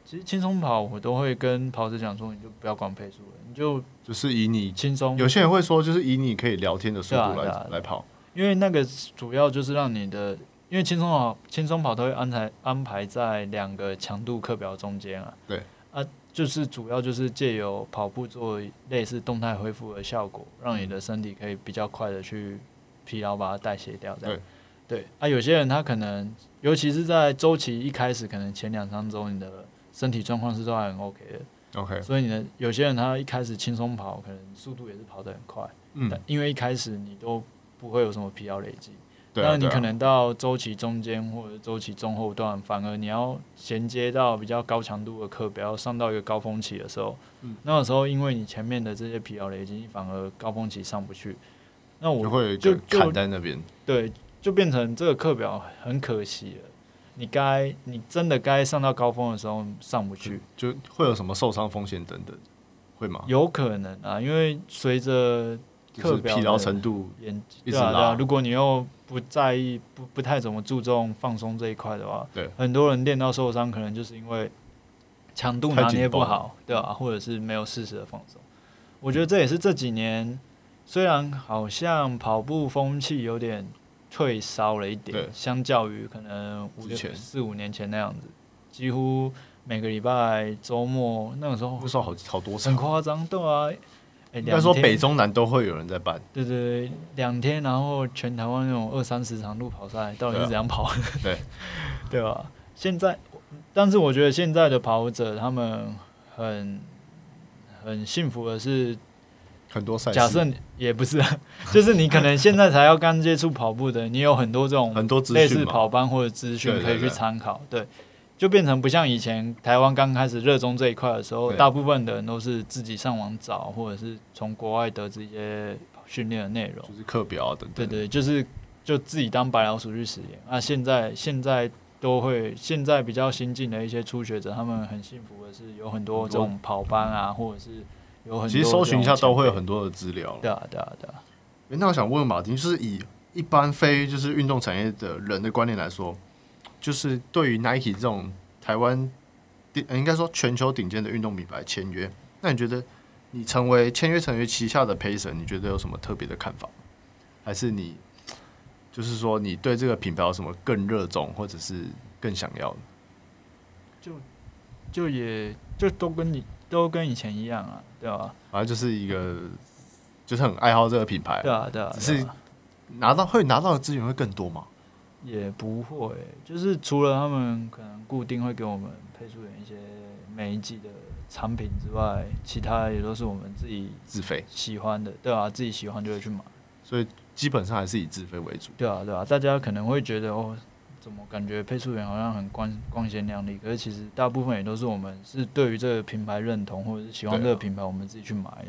Speaker 2: 其实轻松跑我都会跟跑者讲说，你就不要管配速了，你就
Speaker 1: 就是以你
Speaker 2: 轻松。
Speaker 1: 有些人会说，就是以你可以聊天的速度
Speaker 2: 对啊
Speaker 1: 来、
Speaker 2: 对啊
Speaker 1: 来跑。
Speaker 2: 因为那个主要就是让你的，因为轻松跑轻松跑都会安排安排在两个强度课表中间啊。
Speaker 1: 对。
Speaker 2: 啊，就是主要就是借由跑步做类似动态恢复的效果，让你的身体可以比较快的去疲劳把它代谢掉。这样。对。啊，有些人他可能，尤其是在周期一开始，可能前两三周你的身体状况是都还很 OK 的，
Speaker 1: OK，
Speaker 2: 所以你的有些人他一开始轻松跑，可能速度也是跑得很快。
Speaker 1: 嗯，
Speaker 2: 但因为一开始你都不会有什么疲劳累积，
Speaker 1: 对
Speaker 2: 那、
Speaker 1: 啊，
Speaker 2: 你
Speaker 1: 对啊
Speaker 2: 可能到周期中间或者周期中后段，反而你要衔接到比较高强度的课表，上到一个高峰期的时候，
Speaker 1: 嗯
Speaker 2: 那个时候因为你前面的这些疲劳累积，你反而高峰期上不去，那我
Speaker 1: 就会有一
Speaker 2: 就
Speaker 1: 个
Speaker 2: 就
Speaker 1: 砍在那边。
Speaker 2: 对，就变成这个课表很可惜了。你该你真的该上到高峰的时候上不去，
Speaker 1: 就会有什么受伤风险等等，会吗？
Speaker 2: 有可能啊，因为随着
Speaker 1: 就是
Speaker 2: 课表
Speaker 1: 疲劳
Speaker 2: 的
Speaker 1: 程度，
Speaker 2: 眼
Speaker 1: 一
Speaker 2: 对
Speaker 1: 直
Speaker 2: 啊对啊
Speaker 1: 拉，
Speaker 2: 如果你又不在意、不不太怎么注重放松这一块的话，
Speaker 1: 对
Speaker 2: 很多人练到受伤，可能就是因为强度
Speaker 1: 太
Speaker 2: 拿
Speaker 1: 紧
Speaker 2: 捏不
Speaker 1: 绷了
Speaker 2: 好，对啊，或者是没有适时的放松。我觉得这也是这几年虽然好像跑步风气有点退烧了一点
Speaker 1: 对，
Speaker 2: 相较于可能五
Speaker 1: 之前
Speaker 2: 四五年前那样子，几乎每个礼拜周末那个时候
Speaker 1: 那时候好好多
Speaker 2: 很
Speaker 1: 场，
Speaker 2: 夸张，对啊。哎
Speaker 1: 应
Speaker 2: 两
Speaker 1: 该说
Speaker 2: 天
Speaker 1: 北中南都会有人在办，
Speaker 2: 对对对，两天，然后全台湾那种二三十场路跑赛，到
Speaker 1: 对
Speaker 2: 底是
Speaker 1: 啊
Speaker 2: 怎样跑？
Speaker 1: 对
Speaker 2: 对吧？现在，但是我觉得现在的跑者他们很很幸福的是，
Speaker 1: 很多赛事，
Speaker 2: 假设你也不是啊， 就是你可能现在才要刚接触跑步的，你有很多这种
Speaker 1: 很多资
Speaker 2: 类似
Speaker 1: 讯嘛，
Speaker 2: 跑班或者资讯
Speaker 1: 对对
Speaker 2: 可以去
Speaker 1: 对
Speaker 2: 参考，对，就变成不像以前台湾刚开始热衷这一块的时候，
Speaker 1: 对
Speaker 2: 大部分的人都是自己上网找，或者是从国外得知一些训练的内容。
Speaker 1: 就是课表啊等
Speaker 2: 对
Speaker 1: 等。
Speaker 2: 对，就是就自己当白老鼠去实验。啊，现在现在都会，现在比较新进的一些初学者，他们很幸福的是有很多这种跑班啊，或者是有很多
Speaker 1: 其实搜寻一下
Speaker 2: 这种
Speaker 1: 都会有
Speaker 2: 前
Speaker 1: 很多的资料
Speaker 2: 辈。对啊对啊对啊，
Speaker 1: 诶那我想问马丁，就是以一般非就是运动产业的人的观念来说，就是对于 Nike 这种台湾顶，呃应该说全球顶尖的运动品牌签约，那你觉得你成为签约成为旗下的 Pacer，你觉得有什么特别的看法？还是你就是说你对这个品牌有什么更热衷，或者是更想要的？
Speaker 2: 就也就都跟你都跟以前一样啊，对吧、
Speaker 1: 反正就是一个就是很爱好这个品牌，
Speaker 2: 对啊对啊，
Speaker 1: 只
Speaker 2: 对啊
Speaker 1: 是拿到会拿到的资源会更多嘛？
Speaker 2: 也不会，就是除了他们可能固定会给我们配速员一些每一季的产品之外，其他也都是我们自己
Speaker 1: 自费，
Speaker 2: 喜欢的，对啊，自己喜欢就会去买。
Speaker 1: 所以基本上还是以自费为主。
Speaker 2: 对啊，对啊，大家可能会觉得哦，怎么感觉配速员好像很光光鲜亮丽？可是其实大部分也都是我们是对于这个品牌认同，或者是喜欢
Speaker 1: 对啊
Speaker 2: 这个品牌，我们自己去买的。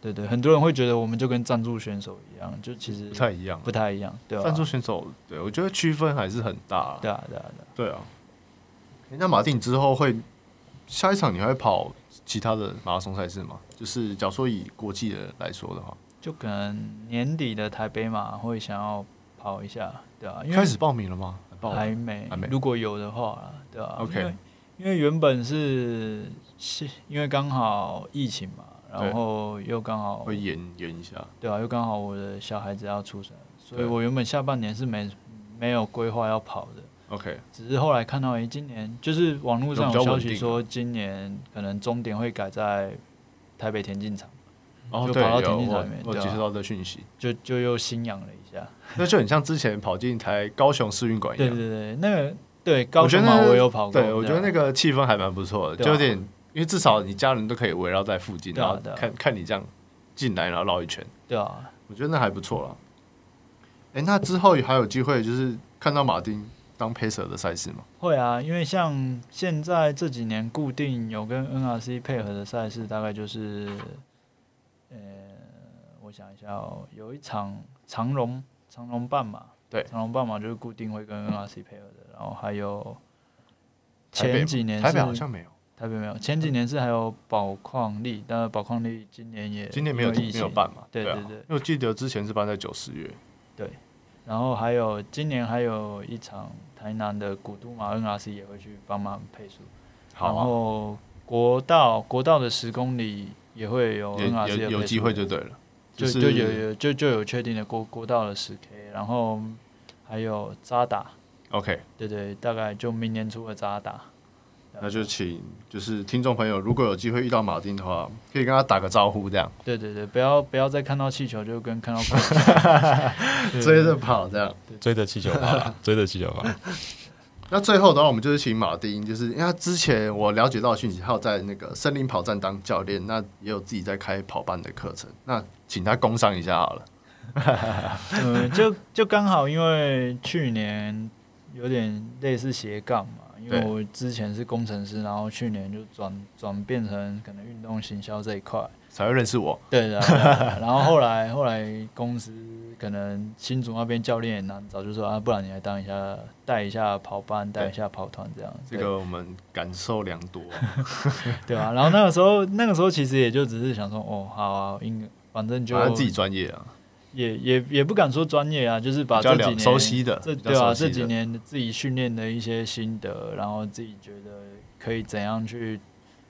Speaker 2: 对对，很多人会觉得我们就跟赞助选手一样，就其实
Speaker 1: 嗯不太一样啊
Speaker 2: 不。太一样，对吧、
Speaker 1: 赞助选手，对我觉得区分还是很大啊。
Speaker 2: 对啊，对啊，对啊。
Speaker 1: 对啊。诶那马丁你之后会下一场你还会跑其他的马拉松赛事吗？就是假如说以国际的来说的话，
Speaker 2: 就可能年底的台北马会想要跑一下，对啊，因为
Speaker 1: 开始报名了吗？还报
Speaker 2: 还
Speaker 1: 名
Speaker 2: 没，
Speaker 1: 还没
Speaker 2: 如果有的话啦，对吧、
Speaker 1: OK
Speaker 2: 因为因为原本是是因为刚好疫情嘛，
Speaker 1: 对
Speaker 2: 然后又刚好
Speaker 1: 会延延一下。
Speaker 2: 对啊，又刚好我的小孩子要出生，所以
Speaker 1: 对啊
Speaker 2: 我原本下半年是没没有规划要跑的，
Speaker 1: OK，
Speaker 2: 只是后来看到，诶、今年就是网络上
Speaker 1: 就比较
Speaker 2: 有消
Speaker 1: 稳
Speaker 2: 息
Speaker 1: 定啊
Speaker 2: 说，今年可能终点会改在台北田径场，
Speaker 1: 然后
Speaker 2: 就
Speaker 1: 哦对，
Speaker 2: 跑到
Speaker 1: 有
Speaker 2: 田径
Speaker 1: 我
Speaker 2: 场里面
Speaker 1: 我
Speaker 2: 对啊
Speaker 1: 接收到这讯息，
Speaker 2: 就就又心痒了一下。
Speaker 1: 那就很像之前跑进台高雄市运馆一
Speaker 2: 对
Speaker 1: 样。
Speaker 2: 对对，那个对高雄
Speaker 1: 哎我
Speaker 2: 嘛，
Speaker 1: 觉得
Speaker 2: 我有跑过，
Speaker 1: 对，我啊觉得那
Speaker 2: 个
Speaker 1: 个气氛还蛮不错的，
Speaker 2: 对啊
Speaker 1: 就有点，因为至少你家人都可以围绕在附近，
Speaker 2: 对啊
Speaker 1: 然后
Speaker 2: 对啊
Speaker 1: 看看你这样进来，然后绕一圈。
Speaker 2: 对啊，
Speaker 1: 我觉得那还不错啦。哎、那之后还有机会就是看到马丁当 pacer 的赛事吗？
Speaker 2: 会啊，因为像现在这几年固定有跟 NRC 配合的赛事，大概就是，呃，我想一下哦，有一场长荣长荣半马，
Speaker 1: 对
Speaker 2: 长荣半马就是固定会跟 NRC 配合的，然后还有
Speaker 1: 台北吗
Speaker 2: 前几年
Speaker 1: 台北
Speaker 2: 是
Speaker 1: 好像没有，
Speaker 2: 台台北没有。前几年是还有宝矿力，但是宝矿力今年也
Speaker 1: 今年没有
Speaker 2: 因为疫
Speaker 1: 没有
Speaker 2: 情，
Speaker 1: 办嘛？
Speaker 2: 对
Speaker 1: 啊
Speaker 2: 对对
Speaker 1: 因为我记得之前是办在九十月，
Speaker 2: 然后还有今年还有一场台南的古都马 NRC 也会去帮忙配速，
Speaker 1: 好
Speaker 2: 然
Speaker 1: 啊，
Speaker 2: 后国道国道的十公里也会有
Speaker 1: 也
Speaker 2: NRC 的
Speaker 1: 有有
Speaker 2: 配
Speaker 1: 机
Speaker 2: 速
Speaker 1: 会就对了，
Speaker 2: 就是就有有就就有确定的国国道的十 K，然后还有渣打，
Speaker 1: OK，
Speaker 2: 对对，大概就明年初的渣打。
Speaker 1: 那就请就是听众朋友，如果有机会遇到马丁的话，可以跟他打个招呼，这样
Speaker 2: 对对对，不要不要再看到气球就跟看到 鬼一样
Speaker 1: 追着跑这样。
Speaker 3: 追着气球跑啦，追着气球跑。
Speaker 1: 那最后的话，我们就是请马丁，就是因为他之前我了解到的讯息，他有在那个森林跑站当教练，那也有自己在开跑班的课程，那请他工商一下好了。
Speaker 2: 嗯，就就刚好，因为去年有点类似斜杠嘛，因为
Speaker 1: 对
Speaker 2: 我之前是工程师，然后去年就转转变成可能运动行销这一块，
Speaker 1: 才会认识我，
Speaker 2: 对的。对啊然后后来后来公司可能新竹那边教练也难找，就说啊，不然你来当一下带一下跑班，带一下跑团这样。
Speaker 1: 这个我们感受良多。
Speaker 2: 对吧、然后那个时候那个时候其实也就只是想说，哦，好啊，应该反正就
Speaker 1: 反正自己专业啊，
Speaker 2: 也也也不敢说专业啊，就是把
Speaker 1: 比较
Speaker 2: 这几
Speaker 1: 了
Speaker 2: 年
Speaker 1: 熟悉的，
Speaker 2: 这
Speaker 1: 比较
Speaker 2: 对啊，
Speaker 1: 熟悉
Speaker 2: 这
Speaker 1: 的
Speaker 2: 几年自己训练的一些心得，然后自己觉得可以怎样去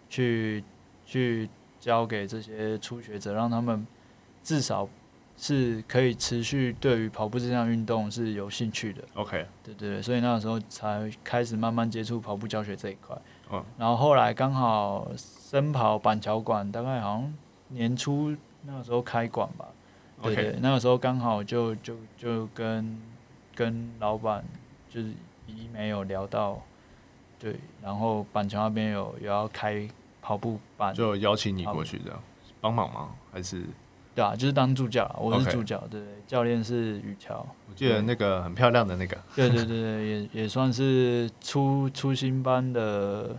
Speaker 2: 去去教给这些初学者，让他们至少是可以持续对于跑步这项运动是有兴趣的。
Speaker 1: OK，
Speaker 2: 对对对，所以那个时候才开始慢慢接触跑步教学这一块。
Speaker 1: 嗯
Speaker 2: 然后后来刚好深跑板桥馆，大概好像年初那个时候开馆吧。对
Speaker 1: OK
Speaker 2: 对，那个时候刚好就就就跟跟老板就是一没有聊到，对，然后板桥那边有有要开跑步班，
Speaker 1: 就邀请你过去这样帮忙吗？还是
Speaker 2: 对啊，就是当助教啦，我是
Speaker 1: OK
Speaker 2: 助教对，教练是雨乔，
Speaker 1: 我记得那个很漂亮的那个，
Speaker 2: 对对对对，也也算是初初新班的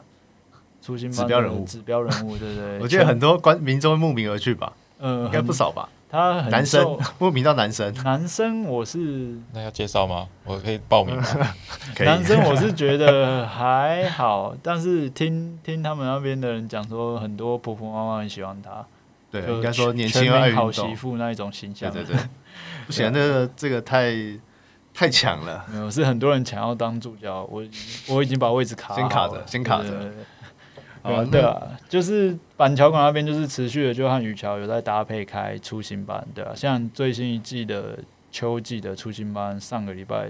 Speaker 2: 初新班
Speaker 1: 指
Speaker 2: 的
Speaker 1: 标人物
Speaker 2: 指标人物，对对。
Speaker 1: 我记得很多观民众慕名而去吧，
Speaker 2: 呃，
Speaker 1: 应该
Speaker 2: 很
Speaker 1: 不少吧，
Speaker 2: 他很
Speaker 1: 男生
Speaker 2: 受
Speaker 1: 慕名到男生
Speaker 2: 男生我是
Speaker 3: 那要介绍吗？我可以报名吗？
Speaker 1: 可以。
Speaker 2: 男生我是觉得还好，但是听听他们那边的人讲说，很多婆婆妈妈很喜欢他，
Speaker 1: 对，
Speaker 2: 就
Speaker 1: 应该说年轻
Speaker 2: 全
Speaker 1: 又
Speaker 2: 民
Speaker 1: 爱运
Speaker 2: 好媳
Speaker 1: 动，
Speaker 2: 妇那一种形
Speaker 1: 对
Speaker 2: 象。啊
Speaker 1: 对对， 不行，那个这个太太强了，
Speaker 2: 没有，是很多人想要当助教，我已 经我已经把位置卡
Speaker 1: 先卡
Speaker 2: 好了
Speaker 1: 着，先卡
Speaker 2: 对对
Speaker 1: 着。
Speaker 2: 对对
Speaker 1: 好
Speaker 2: 对啊，对啊，就是板桥馆那边就是持续的就和雨桥有在搭配开出行班，对啊，像最新一季的秋季的出行班，上个礼拜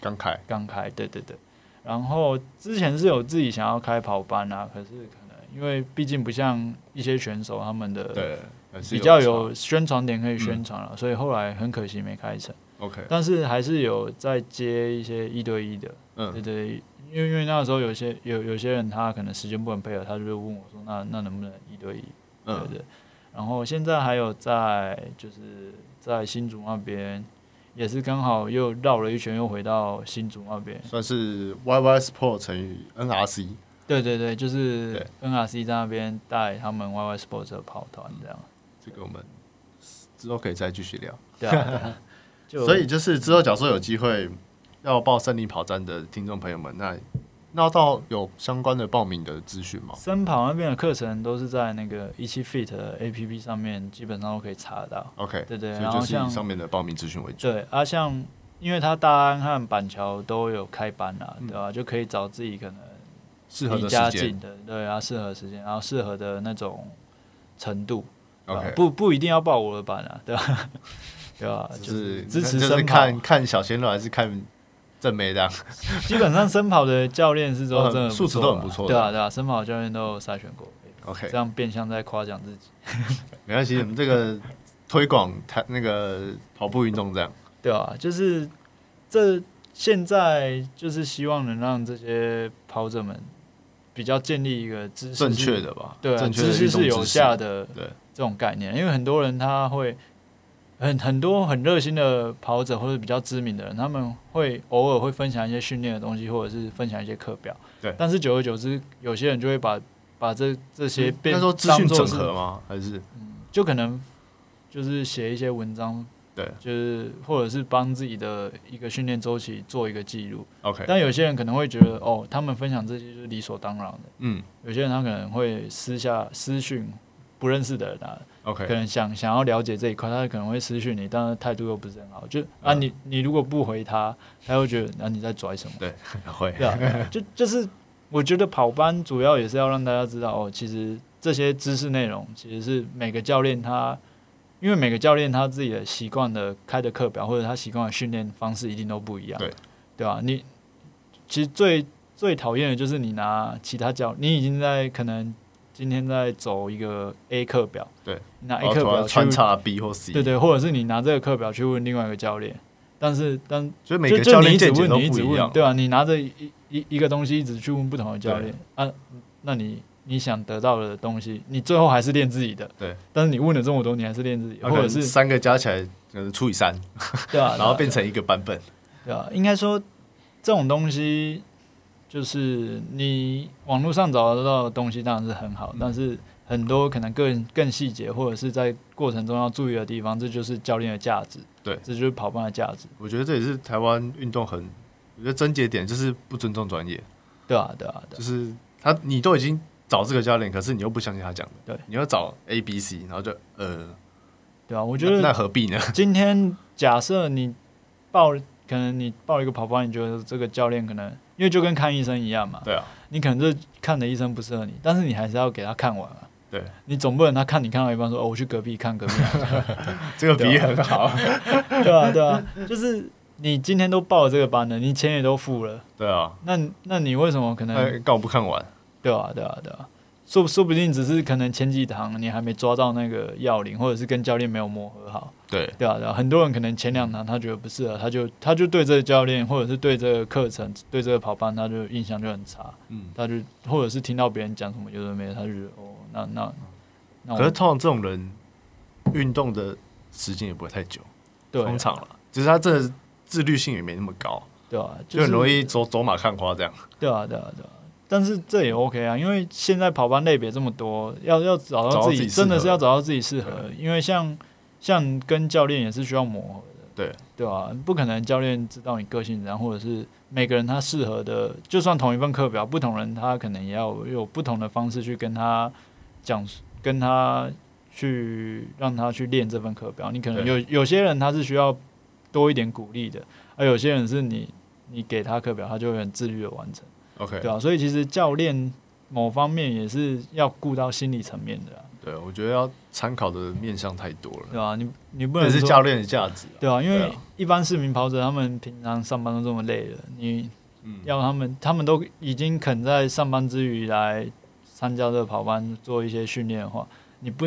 Speaker 1: 刚开
Speaker 2: 刚开，对对对。然后之前是有自己想要开跑班啊，可是可能因为毕竟不像一些选手他们的
Speaker 1: 对，还是
Speaker 2: 比较
Speaker 1: 差嗯
Speaker 2: 有宣传点可以宣传了、啊所以后来很可惜没开成。
Speaker 1: OK，
Speaker 2: 但是还是有在接一些一对一的，对
Speaker 1: 嗯，
Speaker 2: 对，因为因为那时候有些有有些人他可能时间不能配合，他就会问我说那那能不能一对一，对
Speaker 1: 嗯
Speaker 2: 对。然后现在还有在就是在新竹那边，也是刚好又绕了一圈又回到新竹那边，
Speaker 1: 算是 YY Sport 乘以 NRC，
Speaker 2: 对对对，就是
Speaker 1: 对
Speaker 2: NRC 在那边带他们 YY Sports 的跑团 这样，
Speaker 1: 这个我们之后可以再继续聊。
Speaker 2: 对啊，对啊就
Speaker 1: 所以就是之后，假如说有机会要报森林跑站的听众朋友们，那那到有相关的报名的资讯吗？
Speaker 2: 森跑那边的课程都是在那个一七 Fit 的 APP 上面，基本上都可以查得到。
Speaker 1: OK，
Speaker 2: 对对
Speaker 1: 所
Speaker 2: 然
Speaker 1: 以
Speaker 2: 后
Speaker 1: 就是
Speaker 2: 像
Speaker 1: 以上面的报名资讯为主。
Speaker 2: 对啊，像因为他大安和板桥都有开班啦、
Speaker 1: 嗯
Speaker 2: 对啊吧、就可以找自己可能
Speaker 1: 适合
Speaker 2: 离
Speaker 1: 的
Speaker 2: 家
Speaker 1: 时间
Speaker 2: 近的，对啊，适合的时间，然后适合的那种程度，对吧啊
Speaker 1: ，OK，
Speaker 2: 不不一定要报我的班啊， 对吧、对吧、
Speaker 1: 就
Speaker 2: 就是支持
Speaker 1: 就是
Speaker 2: 森跑
Speaker 1: 看，看小鲜肉还是看正妹这样。
Speaker 2: 基本上森跑的教练是
Speaker 1: 都
Speaker 2: 说
Speaker 1: 很
Speaker 2: 真的
Speaker 1: 素质都很不错的
Speaker 2: 对啊对啊，森跑的教练都有筛选过，
Speaker 1: OK，
Speaker 2: 这样变相在夸奖自己，
Speaker 1: 没关系，我
Speaker 2: 嗯
Speaker 1: 们这个推广台那个跑步运动这样。
Speaker 2: 对啊，就是这现在就是希望能让这些跑者们比较建立一个知识
Speaker 1: 正确的吧，
Speaker 2: 对、啊，
Speaker 1: 正确的
Speaker 2: 知
Speaker 1: 运
Speaker 2: 识
Speaker 1: 动
Speaker 2: 是有
Speaker 1: 知识
Speaker 2: 价的
Speaker 1: 对
Speaker 2: 这种概念，因为很多人他会很很多很热心的跑者或者比较知名的人，他们会偶尔会分享一些训练的东西，或者是分享一些课表。
Speaker 1: 对
Speaker 2: 但是久而久之，有些人就会把把这这些
Speaker 1: 嗯应
Speaker 2: 变
Speaker 1: 该说资
Speaker 2: 当
Speaker 1: 讯
Speaker 2: 作
Speaker 1: 整
Speaker 2: 是
Speaker 1: 合吗？还是
Speaker 2: 就可能就是写一些文章
Speaker 1: 对
Speaker 2: 就是或者是帮自己的一个训练周期做一个记录。
Speaker 1: ，OK，
Speaker 2: 但有些人可能会觉得，哦，他们分享这些就是理所当然的。
Speaker 1: 嗯
Speaker 2: 有些人他可能会私下私讯不认识的人啊，可
Speaker 1: ，OK，
Speaker 2: 能想想要了解这一块，他可能会私讯你，但是态度又不是很好，就啊
Speaker 1: 嗯
Speaker 2: 你你如果不回他，他会觉得那、啊、你在拽什么？
Speaker 1: 对，会，
Speaker 2: 对啊，就就是我觉得跑班主要也是要让大家知道哦，其实这些知识内容其实是每个教练他，因为每个教练他自己的习惯的开的课表或者他习惯的训练方式一定都不一样，
Speaker 1: 对
Speaker 2: 对吧、你其实最最讨厌的就是你拿其他教，你已经在可能今天在走一个 A 课表，
Speaker 1: 对，
Speaker 2: 你拿
Speaker 1: 然
Speaker 2: A
Speaker 1: 后
Speaker 2: 课
Speaker 1: 突然
Speaker 2: 表去
Speaker 1: 穿插 B 或 C，
Speaker 2: 对，对，或者是你拿这个课表去问另外一个教练，但是但
Speaker 1: 所以每
Speaker 2: 就
Speaker 1: 个
Speaker 2: 就
Speaker 1: 教
Speaker 2: 你
Speaker 1: 练
Speaker 2: 一直
Speaker 1: 见解
Speaker 2: 问
Speaker 1: 都
Speaker 2: 你一
Speaker 1: 不
Speaker 2: 直
Speaker 1: 一样
Speaker 2: 问，，对吧、你拿着一一一个东西一直去问不同的教练啊，那你你想得到的东西，你最后还是练自己的。
Speaker 1: 对，
Speaker 2: 但是你问了这么多，你还是练自己，
Speaker 1: 那
Speaker 2: 啊或
Speaker 1: 可
Speaker 2: 者
Speaker 1: 能
Speaker 2: 是
Speaker 1: 三个加起来可能除以三，
Speaker 2: 对吧、
Speaker 1: 然后
Speaker 2: 对啊
Speaker 1: 变成一个版本，
Speaker 2: 对啊，应该说这种东西就是你网络上找得到的东西当然是很
Speaker 1: 嗯
Speaker 2: 好，但是很多可能更更细节或者是在过程中要注意的地方，这就是教练的价值。
Speaker 1: 对
Speaker 2: 这就是跑班的价值。
Speaker 1: 我觉得这也是台湾运动很，我觉得症结点就是不尊重专业，
Speaker 2: 对啊，对啊，对啊
Speaker 1: 就是他你都已经找这个教练，可是你又不相信他讲的，
Speaker 2: 对，
Speaker 1: 你要找 A B C，然后就呃，
Speaker 2: 对啊，我
Speaker 1: 我
Speaker 2: 觉得
Speaker 1: 那何必呢？
Speaker 2: 今天假设你报，可能你报一个跑班，你觉得这个教练可能，因为就跟看医生一样嘛，
Speaker 1: 对啊，
Speaker 2: 你可能这看的医生不适合你，但是你还是要给他看完啊。
Speaker 1: 对，
Speaker 2: 你总不能他看你看到一半说哦，我去隔壁看隔壁，
Speaker 1: 这个比喻很好，
Speaker 2: 对啊对啊，就是你今天都报了这个班了，你钱也都付了，
Speaker 1: 对啊，
Speaker 2: 那那你为什么可能、
Speaker 1: 那干我不看完？
Speaker 2: 对啊对啊对啊？说说不定只是可能前几堂你还没抓到那个要领，或者是跟教练没有磨合好，
Speaker 1: 对，
Speaker 2: 对啊，对啊，很多人可能前两堂他觉得不适合，他就他就对这个教练或者是对这个课程、对这个跑班，他就印象就很差，
Speaker 1: 嗯。
Speaker 2: 他就或者是听到别人讲什么有的没的，他就觉得哦，那那那
Speaker 1: 可是
Speaker 2: 我
Speaker 1: 通常这种人运动的时间也不会太久，
Speaker 2: 对啊
Speaker 1: 通常了，只是他真的自律性也没那么高，
Speaker 2: 对啊，
Speaker 1: 就是很容易走走马看花这样。
Speaker 2: 对啊对啊对啊，但是这也 OK 啊，因为现在跑班类别这么多，要要找
Speaker 1: 找
Speaker 2: 到
Speaker 1: 到
Speaker 2: 自
Speaker 1: 自
Speaker 2: 己
Speaker 1: 己适
Speaker 2: 真的
Speaker 1: 合
Speaker 2: 是要找到自己适合的，因为像像跟教练也是需要磨合的，
Speaker 1: 对
Speaker 2: 对啊，不可能教练知道你个性怎样，或者是每个人他适合的，就算同一份课表，不同人他可能也要有不同的方式去跟他讲，跟他去让他去练这份课表。你可能有
Speaker 1: 对
Speaker 2: 有些人他是需要多一点鼓励的，而有些人是你你给他课表，他就会很自律的完成，
Speaker 1: OK，
Speaker 2: 对啊，所以其实教练某方面也是要顾到心理层面的啊、
Speaker 1: 对，我觉得要参考的面向太多了，
Speaker 2: 对啊，你你不
Speaker 1: 这也
Speaker 2: 能
Speaker 1: 是
Speaker 2: 说
Speaker 1: 教练的价值啊、
Speaker 2: 对啊，因
Speaker 1: 对
Speaker 2: 为
Speaker 1: 啊
Speaker 2: 一般市民跑者他们平常上班都这么累了，你
Speaker 1: 嗯，
Speaker 2: 要他们，他们都已经肯在上班之余来参加这个跑班做一些训练的话，你不，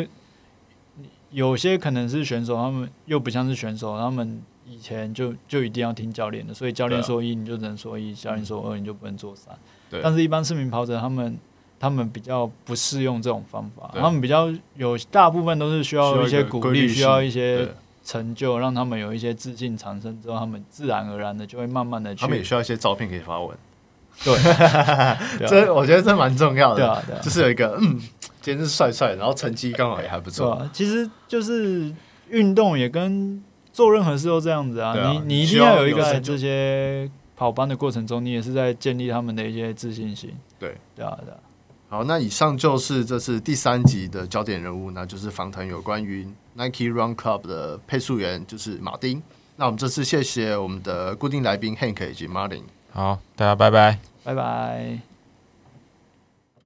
Speaker 2: 你有些可能是选手，他们又不像是选手，他们以前就就一定要听教练的，所以教练
Speaker 1: 对啊
Speaker 2: 说一你就只能说一，教练说二你就不能做三。
Speaker 1: 对
Speaker 2: 但是，一般市民跑者他们。他们比较不适用这种方法，
Speaker 1: 对
Speaker 2: 他们比较有大部分都是需
Speaker 1: 需要
Speaker 2: 要一些
Speaker 1: 一个
Speaker 2: 鼓
Speaker 1: 规
Speaker 2: 励，
Speaker 1: 律
Speaker 2: 需
Speaker 1: 性
Speaker 2: 要一些
Speaker 1: 对
Speaker 2: 成就，让他们有一些自信产生之后，他们自然而然的就会慢慢的去。
Speaker 1: 他们也需要一些照片可以发文，
Speaker 2: 对，对啊
Speaker 1: 这我觉得这蛮重要的，
Speaker 2: 对啊对啊
Speaker 1: 就是有一个嗯，今天是帅帅的，然后成绩刚好也还不
Speaker 2: 是
Speaker 1: 错，
Speaker 2: 吧？啊其实就是运动也跟做任何事都这样子啊，
Speaker 1: 对啊
Speaker 2: 你你
Speaker 1: 你
Speaker 2: 一
Speaker 1: 需
Speaker 2: 定要
Speaker 1: 要
Speaker 2: 有一
Speaker 1: 有
Speaker 2: 个在
Speaker 1: 成就
Speaker 2: 这些跑班的过程中，你也是在建立他们的一些自信心。
Speaker 1: 对，
Speaker 2: 对啊，对啊，
Speaker 1: 好，那以上就是这次第三集的焦点人物，那就是访谈有关于 Nike Run Club 的配速员，就是马丁。那我们这次谢谢我们的固定来宾 Hank 以及 Martin。
Speaker 3: 好，大家拜拜。
Speaker 2: 拜拜。